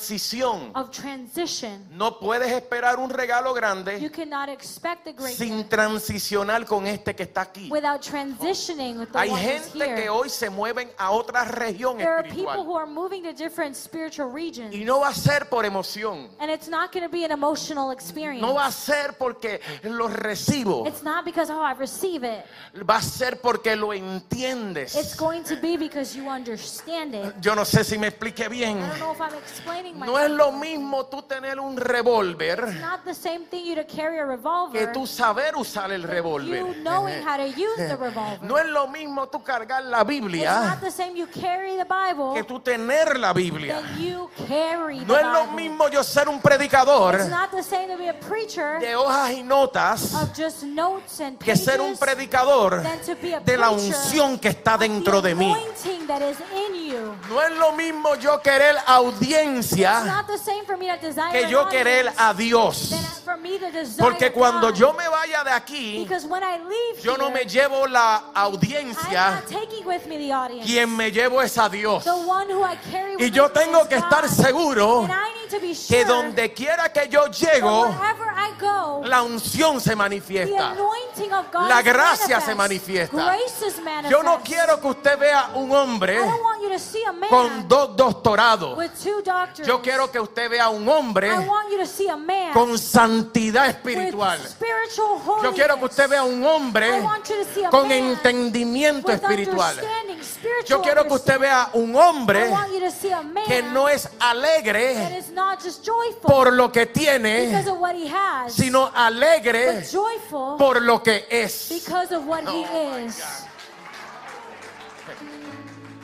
transición. of transition. No puedes esperar un regalo You grande cannot expect a great sin transicionar con este que está aquí. without transitioning with the Hay one who's gente que here. hoy se mueven a otra región There are people espiritual who are moving to different spiritual regions. y no va a ser por emoción. And it's not going to be an emotional experience. No va a ser porque lo recibo, It's not because, oh, I receive it. va a ser porque lo It's entiendes. going to be because you understand it. Yo no sé si me expliqué bien. I don't know if I'm explaining No es myself. lo mismo tú tener un revólver not the same thing you to carry a que revolver. tú saber usar el You revólver. knowing how to use *laughs* the revolver. No es lo mismo tú cargar la it's not Biblia the same you carry the Bible que tú tener la Biblia. than you carry the No es lo Bible. mismo yo ser un It's predicador not the same to be a preacher de hojas y notas of just notes and que pages ser un predicador than to be a de la preacher unción que está of the dentro de mí. anointing that is in you. No es lo mismo yo querer It's audiencia not the same for me to desire Ah. que an yo querer audience a than Dios. for me to desire Porque cuando God. yo me vaya de aquí, Because when I leave yo no me here, llevo la I'm audiencia, not taking with me the audience. quien me llevo es a Dios. The one who I carry with Y yo me tengo is que God. estar seguro And I need to be sure que donde quiera que yo that llego, wherever I go, la unción se the manifiesta. anointing of God La is gracia se manifest. manifiesta. Grace is manifest. Yo no quiero que usted vea un I hombre don't want you to see a man con dos doctorados. with two doctors. Yo quiero que usted vea un hombre I want you to see a man con santidad espiritual. with spiritual holiness. Yo quiero que usted vea un hombre I want you to see a con man entendimiento with espiritual. understanding, Yo spiritual quiero que usted understanding. vea un hombre I want you to see a man que no es that alegre is not just joyful por lo que tiene, because of what he has, sino alegre but joyful por lo que es. because of what he Oh my is.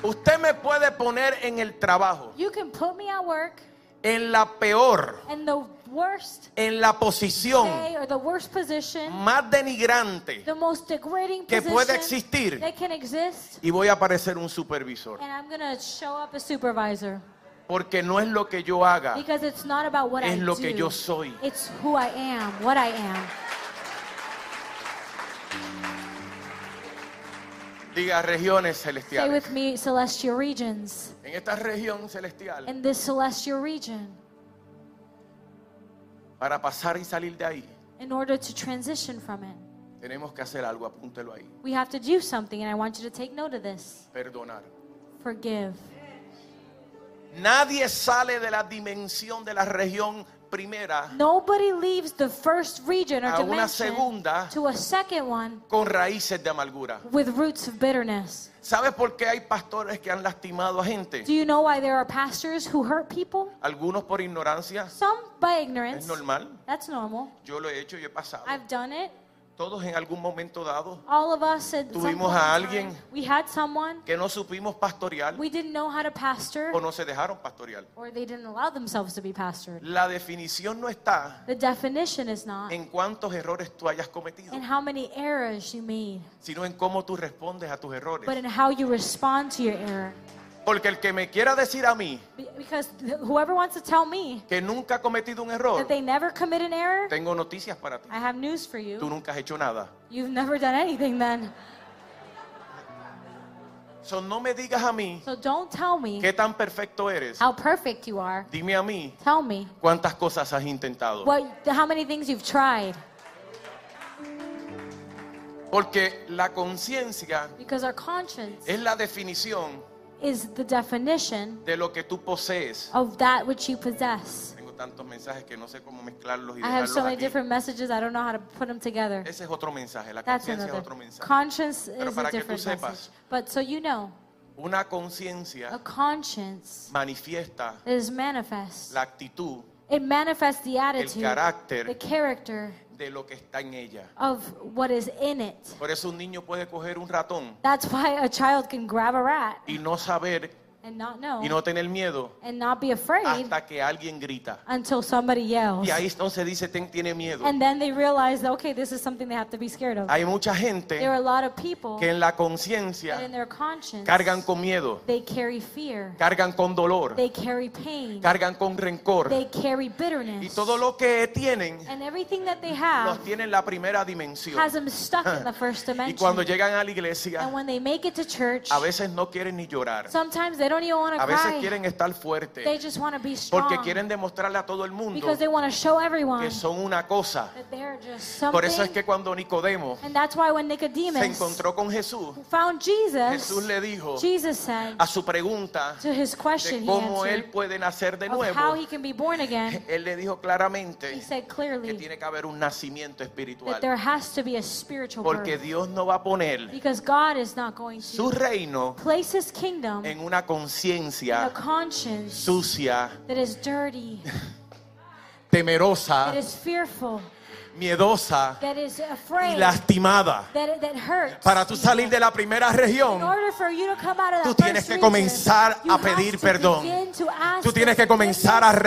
Usted me puede poner en el trabajo, You can put me at work en la peor, in the worst en la posición day or the worst position, más denigrante the most degrading que position pueda existir that can exist, y voy a parecer un supervisor. and I'm gonna show up a supervisor Porque no es lo que yo haga, because it's not about what es I lo do. que yo soy. It's who I am, what I am. Diga regiones Say celestiales. with me, celestial regions. En esta región celestial, In this celestial region, para pasar y salir de ahí, in order to transition from it, tenemos que hacer algo, apúntelo ahí. we have to do something, and I want you to take note of this. Perdonar. Forgive. Nadie sale de la dimensión de la región primera Nobody leaves the first region or A una dimension segunda. to a second one con raíces de amargura. with roots of bitterness. ¿Sabes por qué hay pastores que han lastimado a gente? Do you know why there are pastors who hurt people? Algunos por ignorancia, Some by es ignorance. normal. That's normal. Yo lo he hecho, yo he pasado. I've done it. Todos en algún momento dado All of us at some Tuvimos point a in time, alguien. we had someone que no supimos pastorear we didn't know how to pastor o no se dejaron pastorear. or they didn't allow themselves to be pastored. La definición no está The definition is not en cuántos errores tú hayas cometido, in how many errors you made, sino en cómo tú respondes a tus but errores. in how you respond to your error. Porque el que me quiera decir a mí Be- Because th- whoever wants to tell me que nunca ha cometido un that error, they never commit an error, tengo noticias para ti. I have news for Tú you. nunca has hecho nada. You've never done anything then. So, no me digas a mí So don't tell me qué tan perfecto eres. how perfect you are. Dime a mí Tell me cuántas cosas has intentado. what, how many things you've tried. Porque la conciencia Because our conscience es la definición is the definition de lo que tú posees. of that which you possess. Tengo tantos mensajes que no sé cómo mezclarlos y I have dejarlos so many aquí. different messages, I don't know how to put them together. Ese es otro mensaje, la That's conciencia es another. otro mensaje. Conscience Pero is para a que tú different sepas. message. But so you know, Una a conciencia conscience manifiesta is manifest. la actitud It manifests the attitude, carácter. the character de lo que está en ella. of what is in it. Por eso un niño puede coger un ratón That's why a child can grab a rat y no saber and not know y no tener miedo and not be afraid hasta que alguien grita. until somebody yells. Y ahí entonces dice, "Ten- tiene miedo. And then they realize, okay, this is something they have to be scared of. Hay mucha There are gente a lot of people que en la that in conciencia their conscience cargan con miedo, they carry fear, cargan con dolor, they carry pain, cargan con rencor. they carry Y bitterness. todo lo que tienen And everything that they los have tiene en la primera dimensión. has them stuck *laughs* in the first Y cuando dimension. llegan a la iglesia, And when they make it to church, a veces no quieren ni llorar. sometimes they don't even want to A veces cry. quieren estar They fuertes just want to be porque strong quieren demostrarle a todo el mundo Ah. because they want to show everyone que son una cosa. that they're just Por eso es something. que cuando Nicodemo And that's why when se Nicodemus encontró con Jesús, found Jesus, Jesús le dijo Jesus said a su pregunta to his question, de he cómo answered, él puede nacer de of how nuevo, he can be *laughs* born again, él le dijo he claramente said que clearly tiene que haber un nacimiento that espiritual. there has to be a spiritual Porque birth Dios no va a poner because God is not going su to reino place his kingdom in en una a conciencia conscience sucia, that is dirty, temerosa, that is fearful, miedosa that is y afraid, lastimada. that, that hurts. Para tú salir de la primera In región, order for you to come out of Tú that tienes first que region, comenzar you a have pedir to perdón. begin to ask tú tienes que for comenzar a forgiveness. You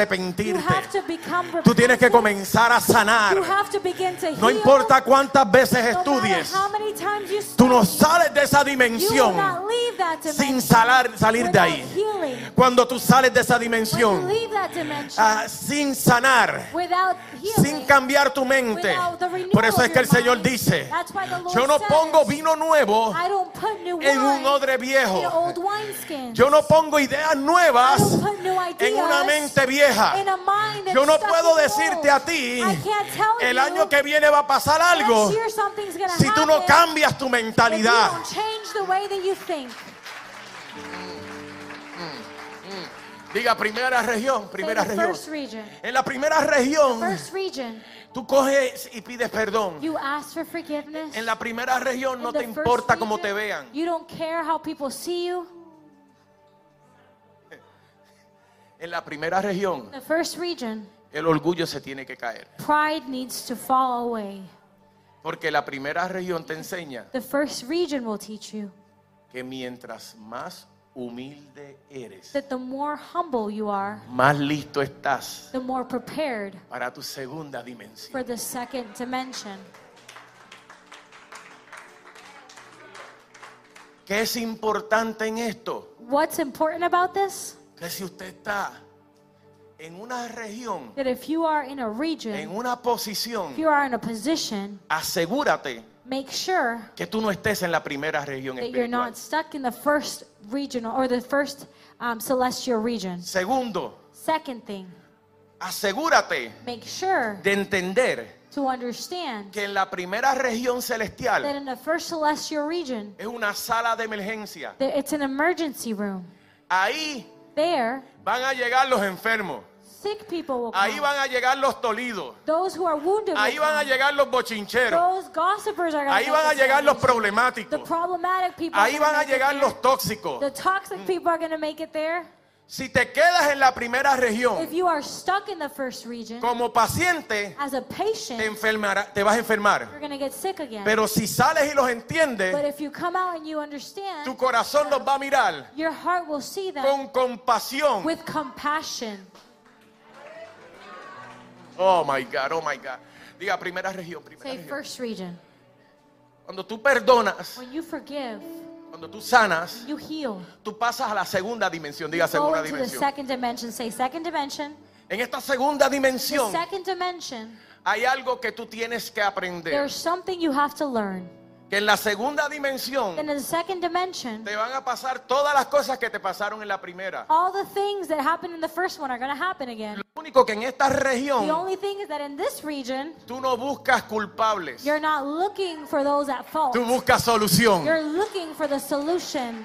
arrepentirte. have to become Tú tienes que repentant. comenzar a sanar. You have to begin to No heal. importa cuántas veces No matter estudies, how many times you tú no study. sales de esa You will dimensión not leave that sin dimension salar- salir de without ahí. healing. Cuando tú sales de esa When you dimensión leave that dimension ah, sin sanar, without healing, sin cambiar tu mente, without the renewal por eso es of que el your Señor mind, dice, that's why the Lord yo no says, pongo vino nuevo I don't put new en un wine odre in viejo. old wineskins. Yo no pongo ideas I nuevas don't put new ideas en una mente vieja. in a mind that's Yo no stuck puedo in decirte a old. ti, I can't tell el you, año que viene va a pasar algo next year something's gonna si tú no happen cambias tu if you mentalidad. don't change the way that you think. Diga primera región, Say primera the región. first region. En la primera región, First region, tú coges y pides perdón. you ask for forgiveness. En la primera región In no the te first importa cómo region, te vean. You don't care how people see you. En la primera región, In the first region, el orgullo se tiene que caer. pride needs to fall away. Porque la primera región te enseña The first region will teach you que mientras más humilde eres, that the more humble you are, más listo estás the more prepared para tu segunda dimensión. for the second dimension. ¿Qué es importante en esto? What's important about this? Que si usted está en una región, That if you are in a en region, una posición, if you are in a position, asegúrate make sure que tú no estés en la primera región that you're espiritual. not stuck in the first regional or the first um, celestial region. Segundo, Second thing, asegúrate make sure de entender to understand que en la primera región that celestial in the first celestial region, es una sala de emergencia. that it's an emergency room. Ahí There, van a llegar los enfermos, sick people will ahí come. van a llegar los dolidos, Those who are wounded ahí will van a come. llegar los bochincheros, Those gossipers are going ahí to van a llegar los problemáticos, The problematic people. are ahí gonna van a make it llegar Mm. there. los tóxicos. The toxic people are going to make it there. Si te quedas en la primera región If you are stuck in the first region, como paciente, as a te, patient, enfermará- te vas a enfermar. you're going to get sick again. Pero si sales y los but entiendes, if you come out and you tu understand, corazón los va a mirar your heart will see them con compasión. with compassion. Oh my God, oh my God. Diga primera región, primera Say, región. first region. Cuando tú perdonas, When you forgive, cuando tú sanas, you heal. tú pasas a la segunda dimensión. Diga Go segunda into the dimensión. second dimension. Say, second dimension. En esta segunda The dimensión second dimension, hay algo que tú tienes que aprender. there's something you have to learn. Que en la segunda dimensión And in the second dimension, te van a pasar todas las cosas que te pasaron en la primera. all the things that happened in the first one are going to happen again. Lo único que en esta The región only thing is that in this region, tú no buscas culpables, you're not looking for those at fault. tú buscas solución. You're looking for the solution.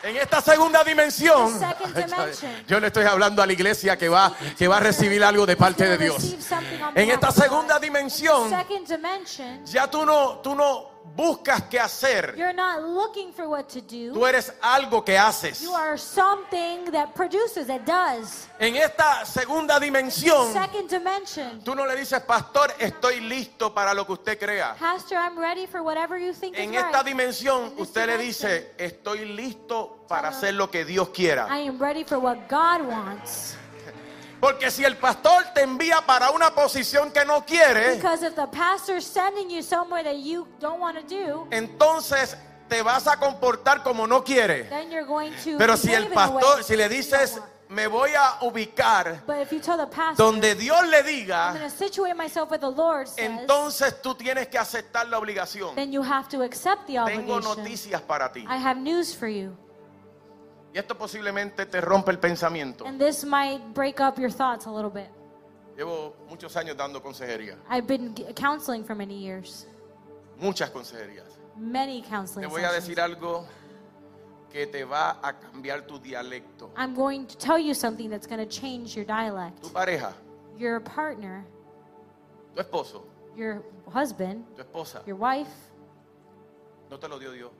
En esta segunda dimensión, The second dimension. yo le estoy hablando a la iglesia que va, que va a recibir algo de parte de You're gonna Dios. receive something on En behalf esta of God. segunda The dimensión, second dimension, ya tú no, tú no buscas qué hacer, you're not looking for what to tú do. eres algo que haces. You are something that produces, that does. En esta segunda dimensión, Second dimension. tú no le dices, pastor, estoy listo para lo que usted crea. Pastor, I'm ready for whatever you think En is esta right. dimensión, En esta usted le dimensión. dice, estoy listo para hacer lo que Dios quiera. I am ready for what God wants. Porque si el pastor te envía para una posición que no quiere, Because if the pastor's sending you somewhere that you don't want to do, entonces te vas a comportar como no quiere. then you're going to Pero si behave el in a way pastor, si le that you dices, don't want. me voy a ubicar but if you tell the pastor, donde Dios le I'm diga, going to situate myself with the Lord says, entonces tú tienes que aceptar la obligación. then you have to accept the Tengo obligation. noticias para ti. I have news for you. Y esto posiblemente te rompe el pensamiento. And this might break up your thoughts a little bit. Llevo muchos años dando consejería, I've been g- counseling for many years. muchas consejerías. Many Te counseling voy a sessions. decir algo que te va a cambiar tu dialecto. I'm going to tell you something that's going to change your dialect. Tu pareja, Your partner, tu esposo, your husband, tu esposa, your wife, no te lo dio Dios,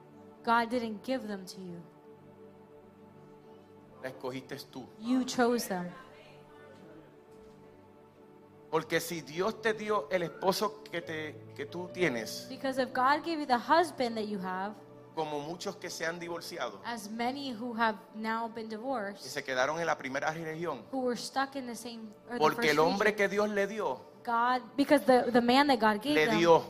God didn't give them to you. la escogiste tú. You chose them. Porque si Dios te dio el esposo que, te, que tú tienes, Because if God gave you the husband that you have, como muchos que se han divorciado, as many who have now been que divorced, se quedaron en la primera región, who were stuck in the same or the porque first el hombre region, que Dios le dio, God, because the, the man that God gave le them dio.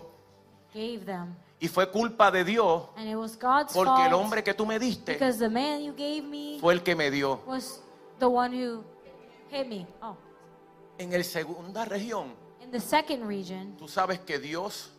gave them, Y fue culpa de Dios, and it was God's porque fault. el hombre que tú me diste because the man you gave me fue el que me dio. was the one who hit me. Oh, En el segunda región, in the second region, tú sabes que Dios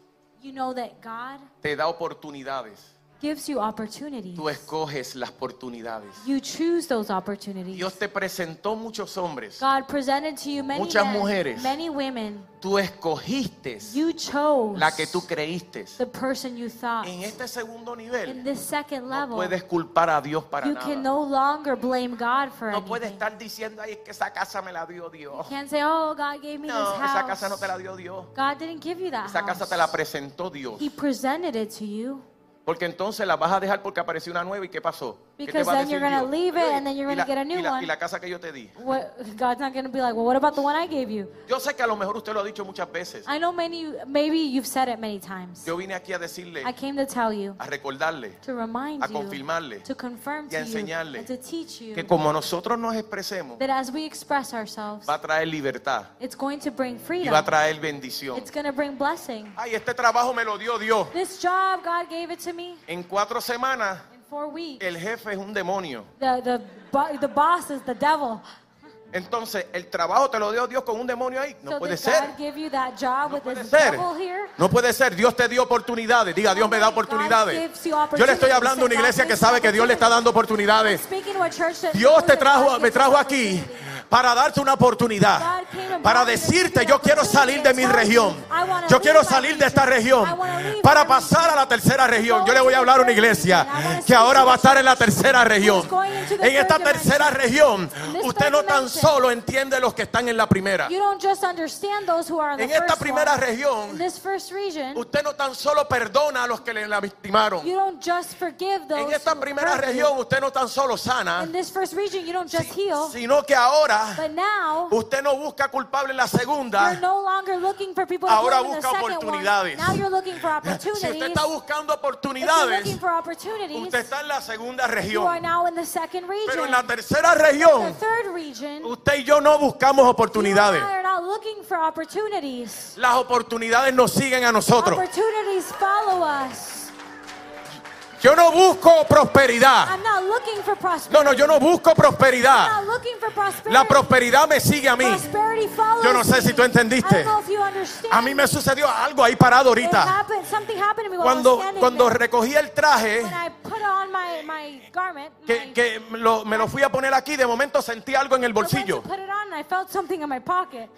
you know that God te da oportunidades. gives you opportunities. Tú escoges las oportunidades. You choose those opportunities. Dios te presentó muchos hombres. God presented to you many Muchas men, mujeres. many women. Tú escogiste You chose la que tú creíste. the person you thought. En este segundo In nivel, this second no level, puedes culpar a Dios para you can nada. no longer blame God for No puedes anything. estar diciendo, ay, es que esa casa me la dio You Dios. can't say, "Oh, God gave me this No, house." esa casa no te la dio Dios. God didn't give you that Esa house. casa te la presentó Dios. He presented it to you. Porque entonces la vas a dejar porque apareció una nueva y ¿qué pasó? ¿Qué te Because va a then decir you're gonna Dios? leave it and then you're Y la- gonna get a new y la- one. y la casa que yo te di. What, God's not going to be like, "Well, what about the one I gave you?" Yo sé que a lo mejor usted lo ha dicho muchas veces. I know many. Maybe you've said it many times. Yo vine aquí a decirle, I came to tell you, a recordarle, to remind a you, confirmarle to confirm y a to you, enseñarle and to teach you que como nosotros nos expresemos, that as we express ourselves, va a traer libertad it's going to bring y freedom. va a traer bendición. It's going to bring blessing. Ay, este trabajo me lo dio Dios. This job, God gave it to me En cuatro semanas, in four weeks. el jefe es un demonio. The, the, bo- the boss is the devil. Entonces, el trabajo te lo dio Dios con un demonio ahí. No so puede did ser. God give you that job No with puede this ser. devil here? No puede ser. Dios te dio oportunidades. Diga, Dios me da oportunidades. Yo le estoy hablando a una iglesia que sabe que Dios le está dando oportunidades. Speaking to a church that Dios te knows that trajo, God me gives trajo us aquí opportunity. para darte una oportunidad. God came and para decirte, yo quiero salir de mi región, yo quiero salir de esta región, para pasar a la tercera región. Yo le voy a hablar a una iglesia que ahora va a estar en la tercera región. En esta tercera región, usted no tan solo entiende los que están en la primera. You don't just understand those who are in the En esta first primera one. región, in this first region, Usted no tan solo perdona a los que le la victimaron. you don't just forgive those. En esta who primera hurt you. región, usted no tan solo sana, in this first region, you don't just heal, sino que ahora but now Usted no busca culpable en la you're segunda. no longer looking for people to ah. Ahora heal in the busca second one. oportunidades. Now you're looking for opportunities. Si usted está buscando if you're oportunidades, looking for opportunities, usted está en la segunda you are región. now in the second region. Pero en la tercera In the región, third region, usted y yo no you buscamos and oportunidades. I are now looking for opportunities. Las oportunidades nos siguen a Ah, nosotros. Opportunities follow us. Yo no busco prosperidad. I'm not looking for prosperity. Ah. No, no, yo no busco prosperidad. I'm not looking for prosperity. La prosperidad me sigue a mí. Prosperity follows Yo no sé si tú me. entendiste. I don't know if you understand. A mí me sucedió algo ahí parado It ahorita. happened- something happened to me while I was Cuando, standing cuando there. recogí el traje, When I put on my, my garment, que, my- que lo- me lo fui a poner aquí, de momento sentí algo en el I went to bolsillo. put it on and I felt something in my pocket.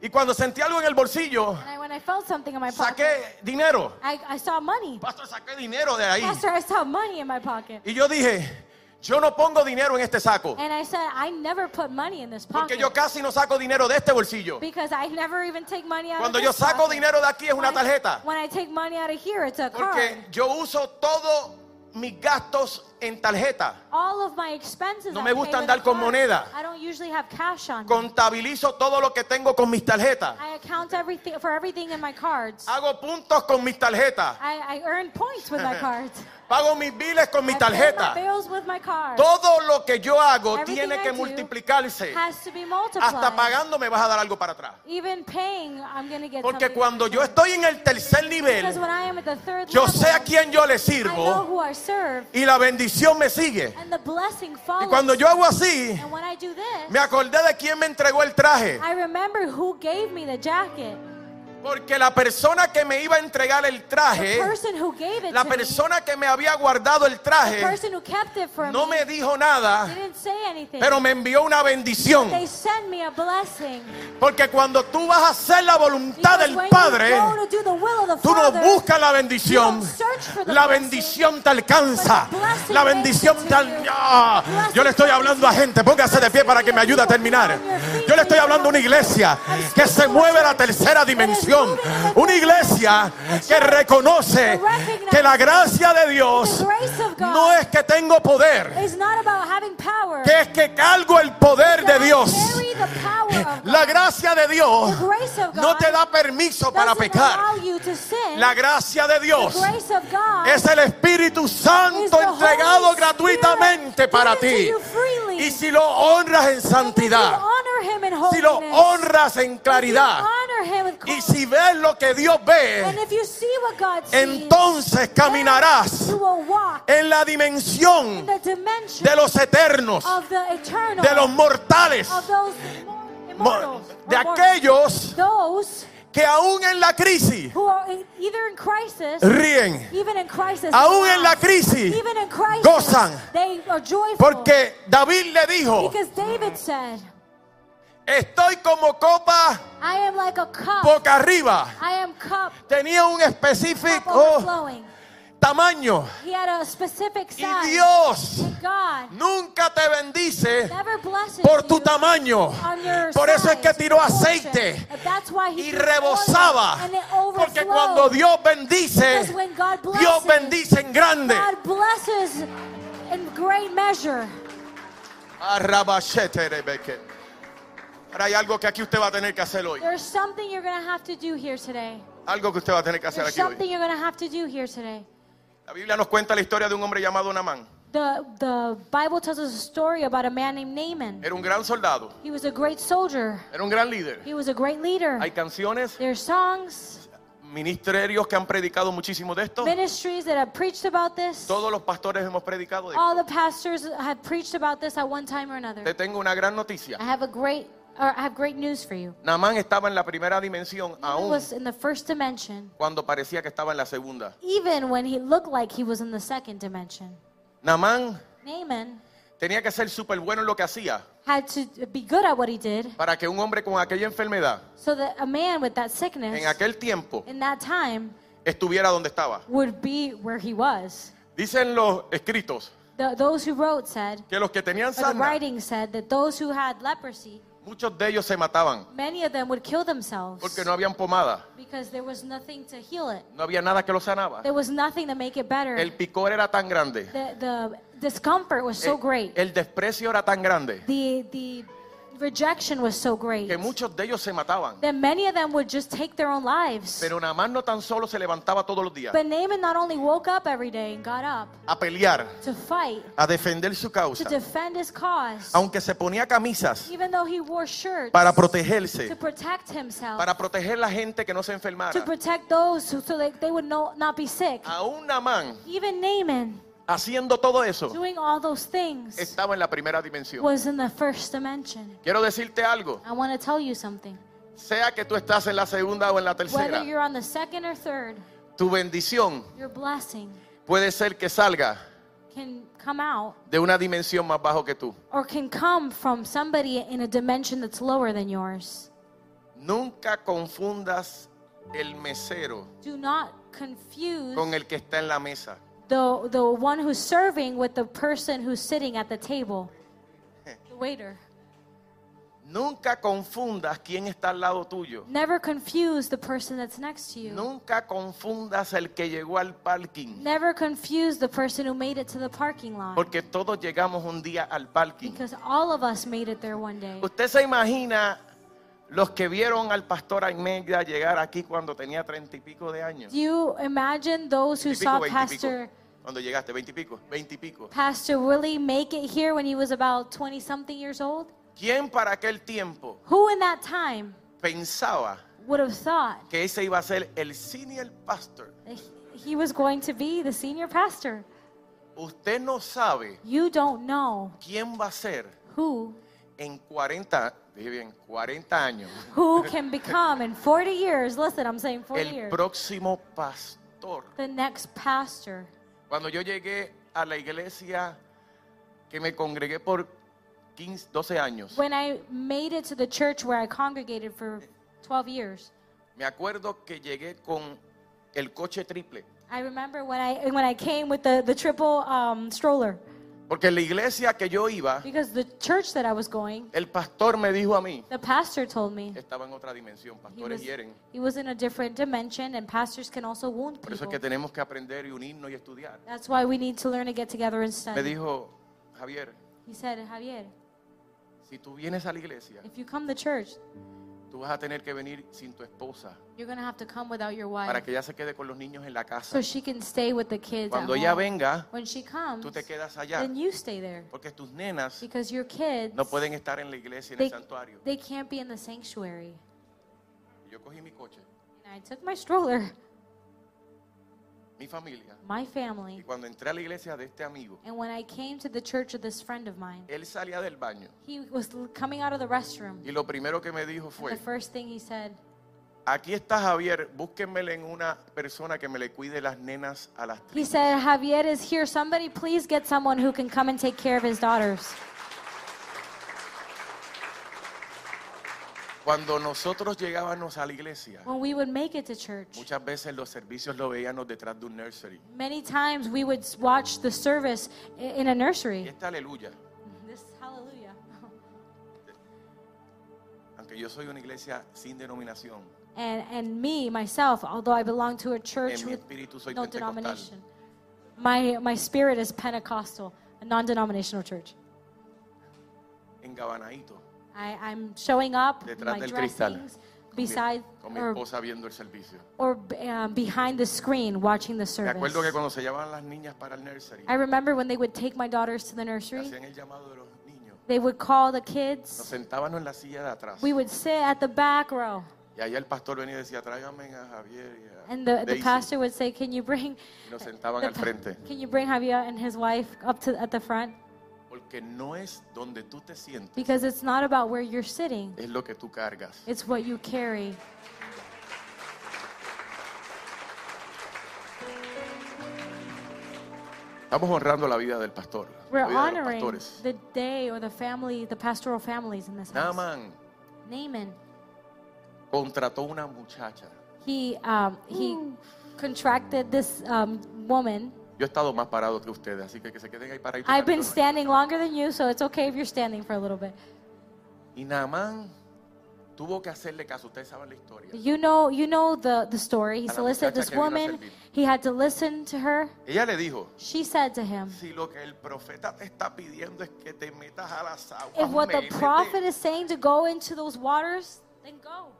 Y cuando sentí algo en el bolsillo, And I, when I felt something in my pocket, saqué dinero. I, I saw money. Pastor, saqué dinero de ahí. Pastor, I saw money in my pocket. Y yo dije, yo no pongo dinero en este saco. And I said, I never put money in this Porque pocket. yo casi no saco dinero de este bolsillo. Because I never even take money out Cuando of yo this saco pocket. dinero de aquí es una When I- tarjeta. When I take money out of here, it's a card. Porque yo uso todos mis gastos en tarjeta. All of my expenses No I me pay gusta with andar a con card. moneda. I don't usually have cash on me. Contabilizo todo lo que tengo con mis tarjetas. I account everything for everything in my cards. Hago puntos con mis tarjetas. I, I earn points *laughs* with my cards. Pago mis biles con mi I pay my tarjeta. bills with my card. Todo lo que yo hago Everything tiene I que do multiplicarse. Has to be multiplied. Hasta pagando me vas a dar algo para atrás. Even paying, I'm going to get Porque something cuando in yo return. estoy en el tercer Because nivel, when I am at the third yo level, sé a quién yo le I know sirvo who I serve, y la bendición me sigue. and the blessing Y follows. cuando yo hago así, and when I do this, me acordé de quién me entregó el traje. I remember who gave me the jacket. Porque la persona que me iba a entregar el The traje, person who gave it Eh, la to persona que me había guardado el me, the traje, person who kept it from no me, me dijo nada, didn't say anything. pero me envió una bendición. they sent me a blessing. Porque cuando tú vas a hacer la voluntad Because del when you Padre, go to do the will of the Tú no Father, buscas la bendición. You don't search for the La blessing, bendición te alcanza. but the blessing La bendición makes te it al- to you. ¡Ah! Blessing Yo le estoy hablando a gente. Póngase de pie para que me ayude a terminar. Yo le estoy hablando a una iglesia que se mueve a la tercera dimensión. Una iglesia que reconoce que la gracia de Dios The grace of God no es que tengo poder, It's not about having power. que es que cargo el poder de Dios. Carry the power of La God. gracia de Dios The grace of God no te da permiso para doesn't pecar. allow you to sin. La gracia de the Dios grace of God es el Espíritu is Santo the entregado Holy Spirit gratuitamente given para to ti. you freely. Y si lo honras en And if you santidad, honor him in si lo holiness, honras en if claridad, you honor him with y con- si ves lo que Dios and ve, if you see what God sees, entonces caminarás you will walk en la in dimensión the dimension de los eternos, of the eternal, de los mortales, of those immor- mo- immortals, de or mortals. aquellos those que aún en la crisis who are in- either in crisis, ríen, even in crisis, aún they en la laugh. crisis, even in crisis, gozan. they are joyful. porque David le dijo, because David said, estoy como copa I am like a cup. boca arriba. I am cup, tenía un cup específico overflowing. tamaño. He had a specific Y size. Dios And God nunca te bendice never blesses por tu you tamaño. on your Por eso es que size, tiró your portion. aceite And that's why he y threw oil, rebosaba. and it Porque overflowed. cuando Dios bendice, Because when God blesses, Dios bendice en grande. God blesses in great measure. Arrabashete, Rebeque. Ahora hay algo que aquí usted va a tener que hacer hoy. There's something you're going to have to do here today. Algo que usted va a tener que hacer There's aquí something hoy. you're going to have to do here today. La Biblia nos cuenta la historia de un hombre llamado Namán. The, the Bible tells us a story about a man named Naaman. Era un gran soldado, He was a great soldier. era un gran líder. He was a great leader. Hay canciones There's songs, ministerios que han predicado muchísimo de esto. ministries that have preached about this. Todos los pastores hemos predicado de esto. All the pastors have preached about this at one time or Te another. tengo una gran noticia. I have a great, or I have great news for you. Namán estaba en la primera dimensión He aún was in the first dimension, cuando parecía que estaba en la segunda. even when he looked like he was in the second dimension. Namán Naaman tenía que ser súper bueno en lo que hacía had to be good at what he did para que un hombre con aquella enfermedad so that a man with that sickness en aquel tiempo in that time estuviera donde estaba. would be where he was. Dicen los escritos The, those who wrote said, que los que tenían or the sarna, writing said, that those who had leprosy, muchos de ellos se mataban many of them would kill themselves porque no habían pomada, because there was nothing to heal it. no había nada que lo sanaba. There was nothing to make it better. El picor era tan grande, the, the discomfort was so el, great. el desprecio era tan grande the, the rejection was so great que muchos de ellos se mataban. that many of them would just take their own lives. Pero Naamán no tan solo se levantaba todos los días but Naaman not only woke up every day and got up a pelear, to fight, a defender su to causa, defend his cause, aunque se ponía camisas even though he wore shirts para to protegerse, protect himself. para proteger la gente que no se to enfermara. protect those who, so that they would no, not be sick. Aún Naamán, Even Naaman, haciendo todo eso, doing all those things, estaba en la primera dimensión. was in the first dimension. Quiero decirte algo, I want to tell you something. sea que tú estás en la segunda o en la tercera, Whether you're on the second or third, tu bendición your blessing puede ser que salga can come out de una dimensión más bajo que tú. or can come from somebody in a dimension that's lower than yours. Nunca confundas el mesero Do not confuse con el que está en la mesa. the, the one who's serving with the person who's sitting at the table, the waiter. Nunca confundas quién está al lado tuyo. Never confuse the person that's next to you. Nunca confundas el que llegó al parking. Never confuse the person who made it to the parking lot. Porque todos llegamos un día al parking. Because all of us made it there one day. Usted se imagina los que vieron al pastor Almeida llegar aquí cuando tenía treinta y pico de años. Do you imagine those who Y pico, saw veinte y pico. Pastor Cuando llegaste, veinte y pico, veinte y pico. Pastor Willie make it here when he was about 20 something years old? ¿Quién para aquel tiempo Who in that time pensaba would have thought que ese iba a ser el senior pastor? that he- he was going to be the senior pastor? Usted no sabe You don't know quién va a ser who en 40, dije bien, 40 años, who can become in 40 years. Listen, I'm saying 40 el years. próximo pastor. The next pastor. Cuando yo llegué a la iglesia que me congregué por 15, 12 años, When I made it to the church where I congregated for 12 years. me acuerdo que llegué con el coche triple, I remember when I when I came with the the triple um, stroller porque en la iglesia que yo iba, because the church that I was going, el pastor me dijo a mí, the pastor told me estaba en otra dimensión, he pastores was, hieren. he was in a different dimension, and pastors can also wound Por eso es que people. tenemos que aprender y unirnos y estudiar. That's why we need to learn to get together and Me study. dijo, Javier, He said, Javier, si tú vienes a la iglesia, if you come to church, tú vas a tener que venir sin tu esposa you're gonna have to come without your para wife, que ella se quede con los niños en la casa. so she can stay with the kids. at Cuando ella home. venga, When she comes, tú te quedas allá, then you stay there porque tus nenas because your kids no pueden estar en la iglesia, en el they, santuario. they can't be in the sanctuary. Yo cogí mi coche, And I took my stroller, *laughs* mi familia, my family. y cuando entré a la iglesia de este amigo, And when I came to the church of this friend of mine, él salía del baño he was l- coming out of the restroom. y lo primero que me dijo And the fue, first thing he said, aquí está Javier, búsquenmele en una persona que me le cuide las nenas a las... he said, Javier is here. Somebody please get someone who can come and take care of his daughters. Cuando nosotros llegábamos a la iglesia, When we would make it to church, muchas veces los servicios lo veíamos detrás de un nursery. many times we would s- watch the service i- in a Y nursery. esta aleluya, This hallelujah. aunque yo soy una iglesia sin denominación, And, and me, myself, although I belong to a church en mi with espíritu soy no pentecostal. denomination, my, my spirit is Pentecostal, a non denominational church. En Gabanaito, I, I'm showing up, Detrás my del cristal. dressings, mi- beside con mi or, esposa viendo el servicio. or um, behind the screen watching the Me service. acuerdo que cuando se llevaban las niñas para el nursery, I remember when they would take my daughters to the que nursery, hacían el llamado de los niños. they would call the Nos kids. sentábamos en la silla de atrás. We would sit at the back row, Y allá el pastor venía y decía, tráigame a Javier y a and the, the Daisy". pastor would say, Can you bring. Y nos sentaban the al pa- frente. Can you bring Javier and his wife up to at the front? Porque no es donde tú te sientes, Because it's not about where you're sitting; es lo que tú cargas. it's what you carry. Estamos honrando la vida del pastor. We're La vida de los honoring pastores. the day or the family, the pastoral families in this house. Naaman Naaman, contrató una muchacha. he um, he contracted this um, woman. Yo he estado más parado que ustedes, así que que se queden ahí para I've been standing longer than you, so it's okay if you're standing for a little bit. Y Naamán tuvo que hacerle caso. Ustedes saben la historia. You know, you know the the story. He A la solicited muchacha this que vino a woman. servir. He had to listen to her. Ella le dijo, She said to him, si lo que el profeta te está pidiendo es que te metas a las aguas, "If what the métete. prophet is saying to go into those waters, then go.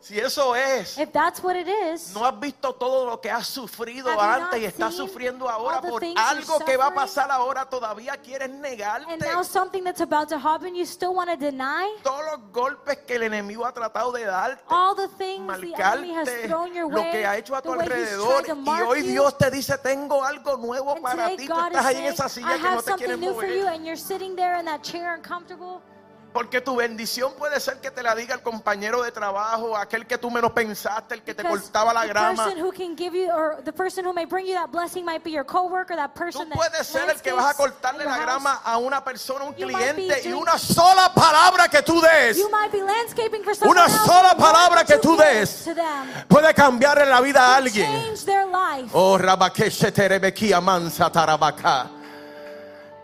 si eso es, If that's what it is." no has visto todo lo que has sufrido Have you not antes y estás seen sufriendo all ahora the por things you're algo que va a suffering? pasar ahora, todavía quieres And negarte. now something that's about to happen, you still want to deny Todos los golpes que el enemigo ha tratado de darte. all the things the enemy has marcarte thrown your lo way, que ha hecho a tu the way he's alrededor tried to y mark hoy you. Dios te dice tengo algo nuevo and para today ti tú God is estás ahí en saying, esa I silla que have no te quieres something new for you, mover and you're sitting there in that chair uncomfortable. porque tu bendición puede ser que te la diga el compañero de trabajo aquel que tú menos pensaste el que te Because cortaba la the grama person who can give you, or the person who may bring you that blessing, might be your coworker, that tú person that puedes ser el que vas a landscapes cortarle in la your house. grama a una persona un You might be cliente y doing- una sola palabra que tú des You might be landscaping for someone Una else, sola and why palabra don't que you tú give des. to them puede cambiar en la vida a Can alguien change their life. Oh, Rabakeshe Terebekia Mansa Tarabaka.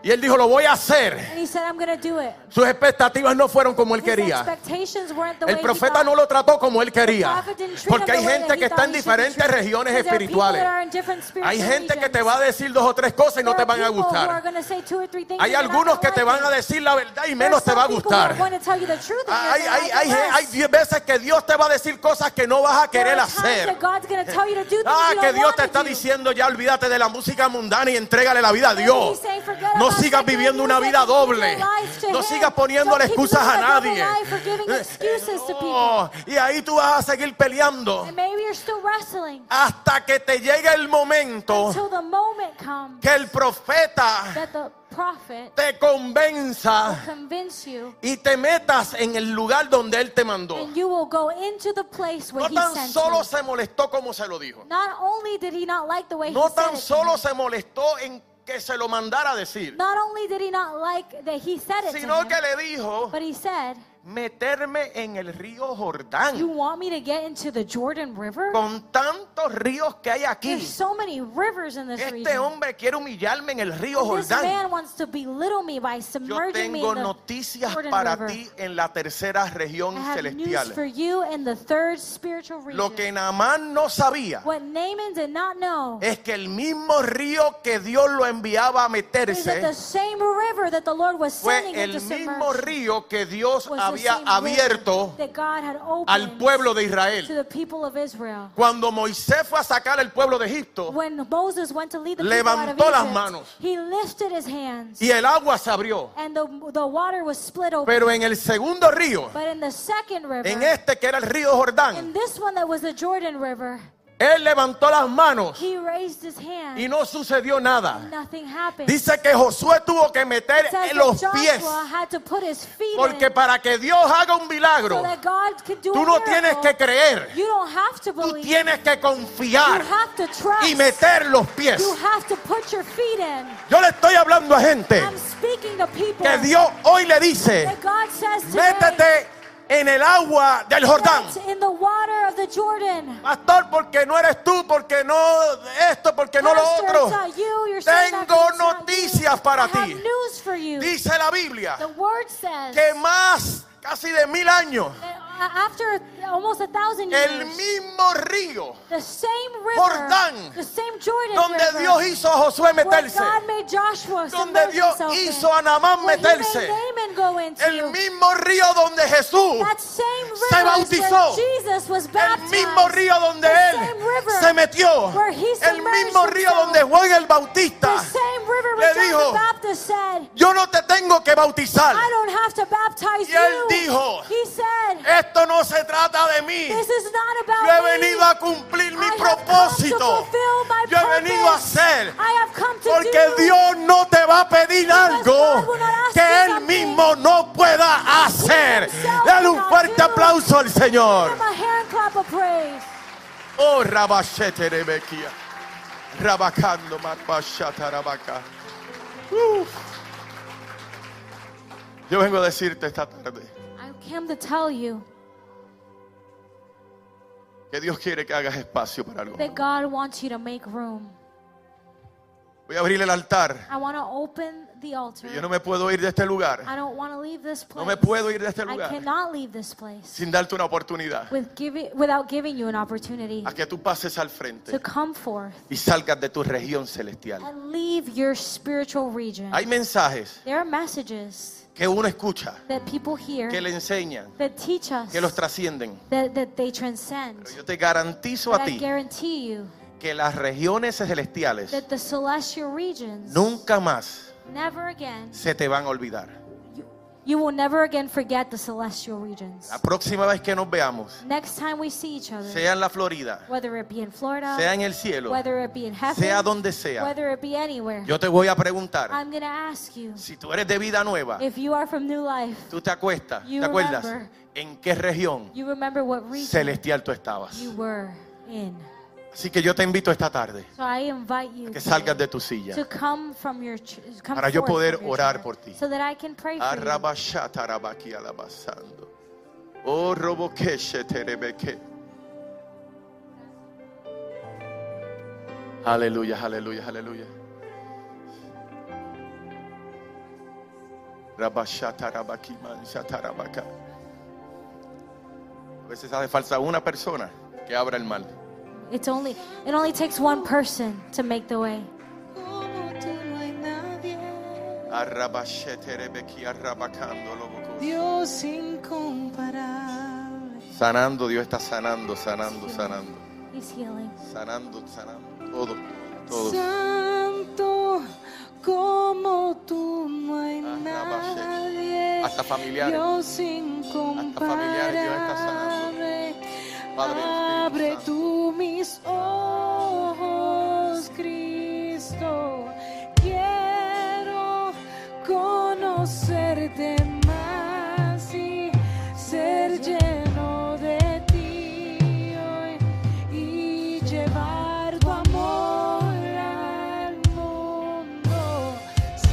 Y él dijo, lo voy a hacer. And he said, I'm going to do it. Sus expectativas no fueron como él His quería. expectations weren't the way El he profeta thought. no lo trató como él quería. prophet didn't treat Porque him hay the way gente that que he está thought en he should be diferentes treated. regiones Because there are people espirituales. that are in different spiritual Hay gente que te regions. va a decir dos o tres cosas y no te There are van a people who are gustar. gonna say two or three things and Hay you're not algunos que gonna te like van a it. decir la verdad y There are menos te some va a people who are gustar. going to tell you the truth and Hay, you're gonna hay, like hay, it hay less. diez veces que Dios te va a decir cosas que no vas a There querer are times hacer. that God's gonna tell you to do things Ah, you que don't Dios te wanna está do. diciendo ya olvídate de la música mundana y entrégale la vida a Maybe Dios. he's saying, "Forget No about sigas secular viviendo una music, vida give your doble. life to No him. sigas poniéndole Don't keep excusas a living a double nadie. Eh. Oh. life or giving excuses to people. No, y ahí tú vas a seguir peleando And maybe you're still wrestling hasta que te llegue el momento until the moment comes que el profeta that the prophet te convenza convince you y te metas en el lugar donde él te mandó. and you will go into the place where No he tan sent solo you. se molestó como se lo dijo. Not only did he not like the way he No said tan it to solo him, se molestó en que se lo mandara a decir, not only did he not like that he said it to sino him, que le dijo but he said, meterme en el río "You Jordán. want me to get into the Jordan River? Con tantos ríos que hay aquí, There's so many rivers in this Este region. hombre quiere humillarme en el río And this man Jordán. wants to belittle me by Yo submerging me Oh, tengo in the noticias Jordan para River. ti en la tercera región I have news for celestial. you in the third spiritual region. Lo que Naamán no sabía what Naaman did not know es que el mismo río que Dios lo enviaba a is that the meterse same river that the Lord was sending fue him to el submerge mismo río que Dios was the había same river abierto that God had opened al pueblo de to Israel. the people of Israel. Cuando Moisés fue a sacar al pueblo de Egipto When Moses went to lead the Levantó people las out of Egypt, manos. he lifted his hands y el agua se abrió, and the, the water was split open. pero en el segundo río, but in the second river, en este que era el río Jordán, in this one that was the Jordan River, él levantó las manos he raised his hand y no sucedió nada. and nothing happened. Dice que Josué tuvo que meter It says that los Joshua pies. had to put his feet in Porque it para que Dios haga un so milagro, that God could do tú a no tienes miracle. que creer. You don't have to Tú believe. tienes que you confiar have to trust. y meter los pies. You have to put your feet in. Yo le estoy hablando a gente I'm speaking to people que Dios hoy le dice, that God says today métete en el agua del Jordán. "Get in the water of the Jordan. Pastor, porque no eres tú, porque no esto, porque no lo Pastor, it's otro. not you, you're saying that Tengo it's not you. noticias para I have ti. news for you. Dice la Biblia The word says que más, casi de mil años, that a- after almost a thousand el years, mismo río the same river, Jordán, the same Jordan donde river, Dios hizo a Josué where meterse, God made Joshua donde submerge Dios himself in, hizo a Namán where he meterse, made Naaman go into, el mismo río donde Jesús, that same river se bautizó, where Jesus was el baptized, mismo río donde the él same river, se metió, where he el submerged mismo río himself. donde Juan el the Bautista, same river le where John dijo, the Baptist said, yo no te tengo que bautizar, I don't have to baptize Y él you. dijo, he said, esto no se trata de mí, This is not about yo he me. venido a cumplir mi I have propósito, come to fulfill my yo he venido a purpose. hacer. I have come to Porque do. Dios no te va a pedir algo God will not ask que you Él something mismo no pueda hacer. himself Dale un cannot fuerte do. aplauso al Give Señor. him a hand clap of praise. Oh, Rabasheterebequía. Rabacando, Marbashata, Rabaca. Uf. Yo vengo a decirte esta tarde I came to tell you que Dios quiere que hagas espacio para algo. that God wants you to make room. Voy a abrir el altar. I want to open the altar. Yo no me puedo ir de este lugar I don't want to leave this No place. me puedo ir de este I lugar. cannot leave this place sin darte una oportunidad with giving, without giving you an opportunity a que tú pases al to frente come forth y salgas de tu región celestial. and leave your spiritual region. Hay mensajes There are messages que uno escucha, that people hear que le enseñan, that teach us que los trascienden. that, that they transcend. Pero yo te garantizo But a I ti guarantee you que las regiones celestiales that the celestial regions nunca más never again, se te van a olvidar. you will never again forget the celestial regions. La próxima vez que nos veamos, Next time we see each other, sea en la Florida, whether it be in Florida, sea en el cielo, whether it be in heaven, sea donde sea, whether it be anywhere, yo te voy a preguntar, I'm going to ask you si tú eres de vida nueva, if you are from New Life, tú te acuestas, You ¿te acuerdas? remember. ¿En qué región you remember what region celestial tú estabas? you were in. Así que yo te invito esta tarde So I invite you que today salgas de tu to silla. come from your ch- come Para yo forth poder from your orar chair por ti. so that I can pray for you. Arrabashata rabaki alabasando. Oh roboqueche terebeque. Aleluya, aleluya, aleluya. Rabashata rabaki manshata rabaka. A veces hace falta una persona que abra el mal. It's only it only takes one person to make the way. Como tú no hay nadie, Arrabashe terebeki arrabacando lobocos. Dios incomparable. Sanando, Dios está sanando, sanando, sanando, He's healing. sanando, sanando, todo, todo. Santo, Oh, como tú no hay Ah, eh. nadie. Hasta familiares. Dios incomparable. Dios está sanando. Padre, Abre Espíritu Santo. tú mis ojos, Cristo. Quiero conocerte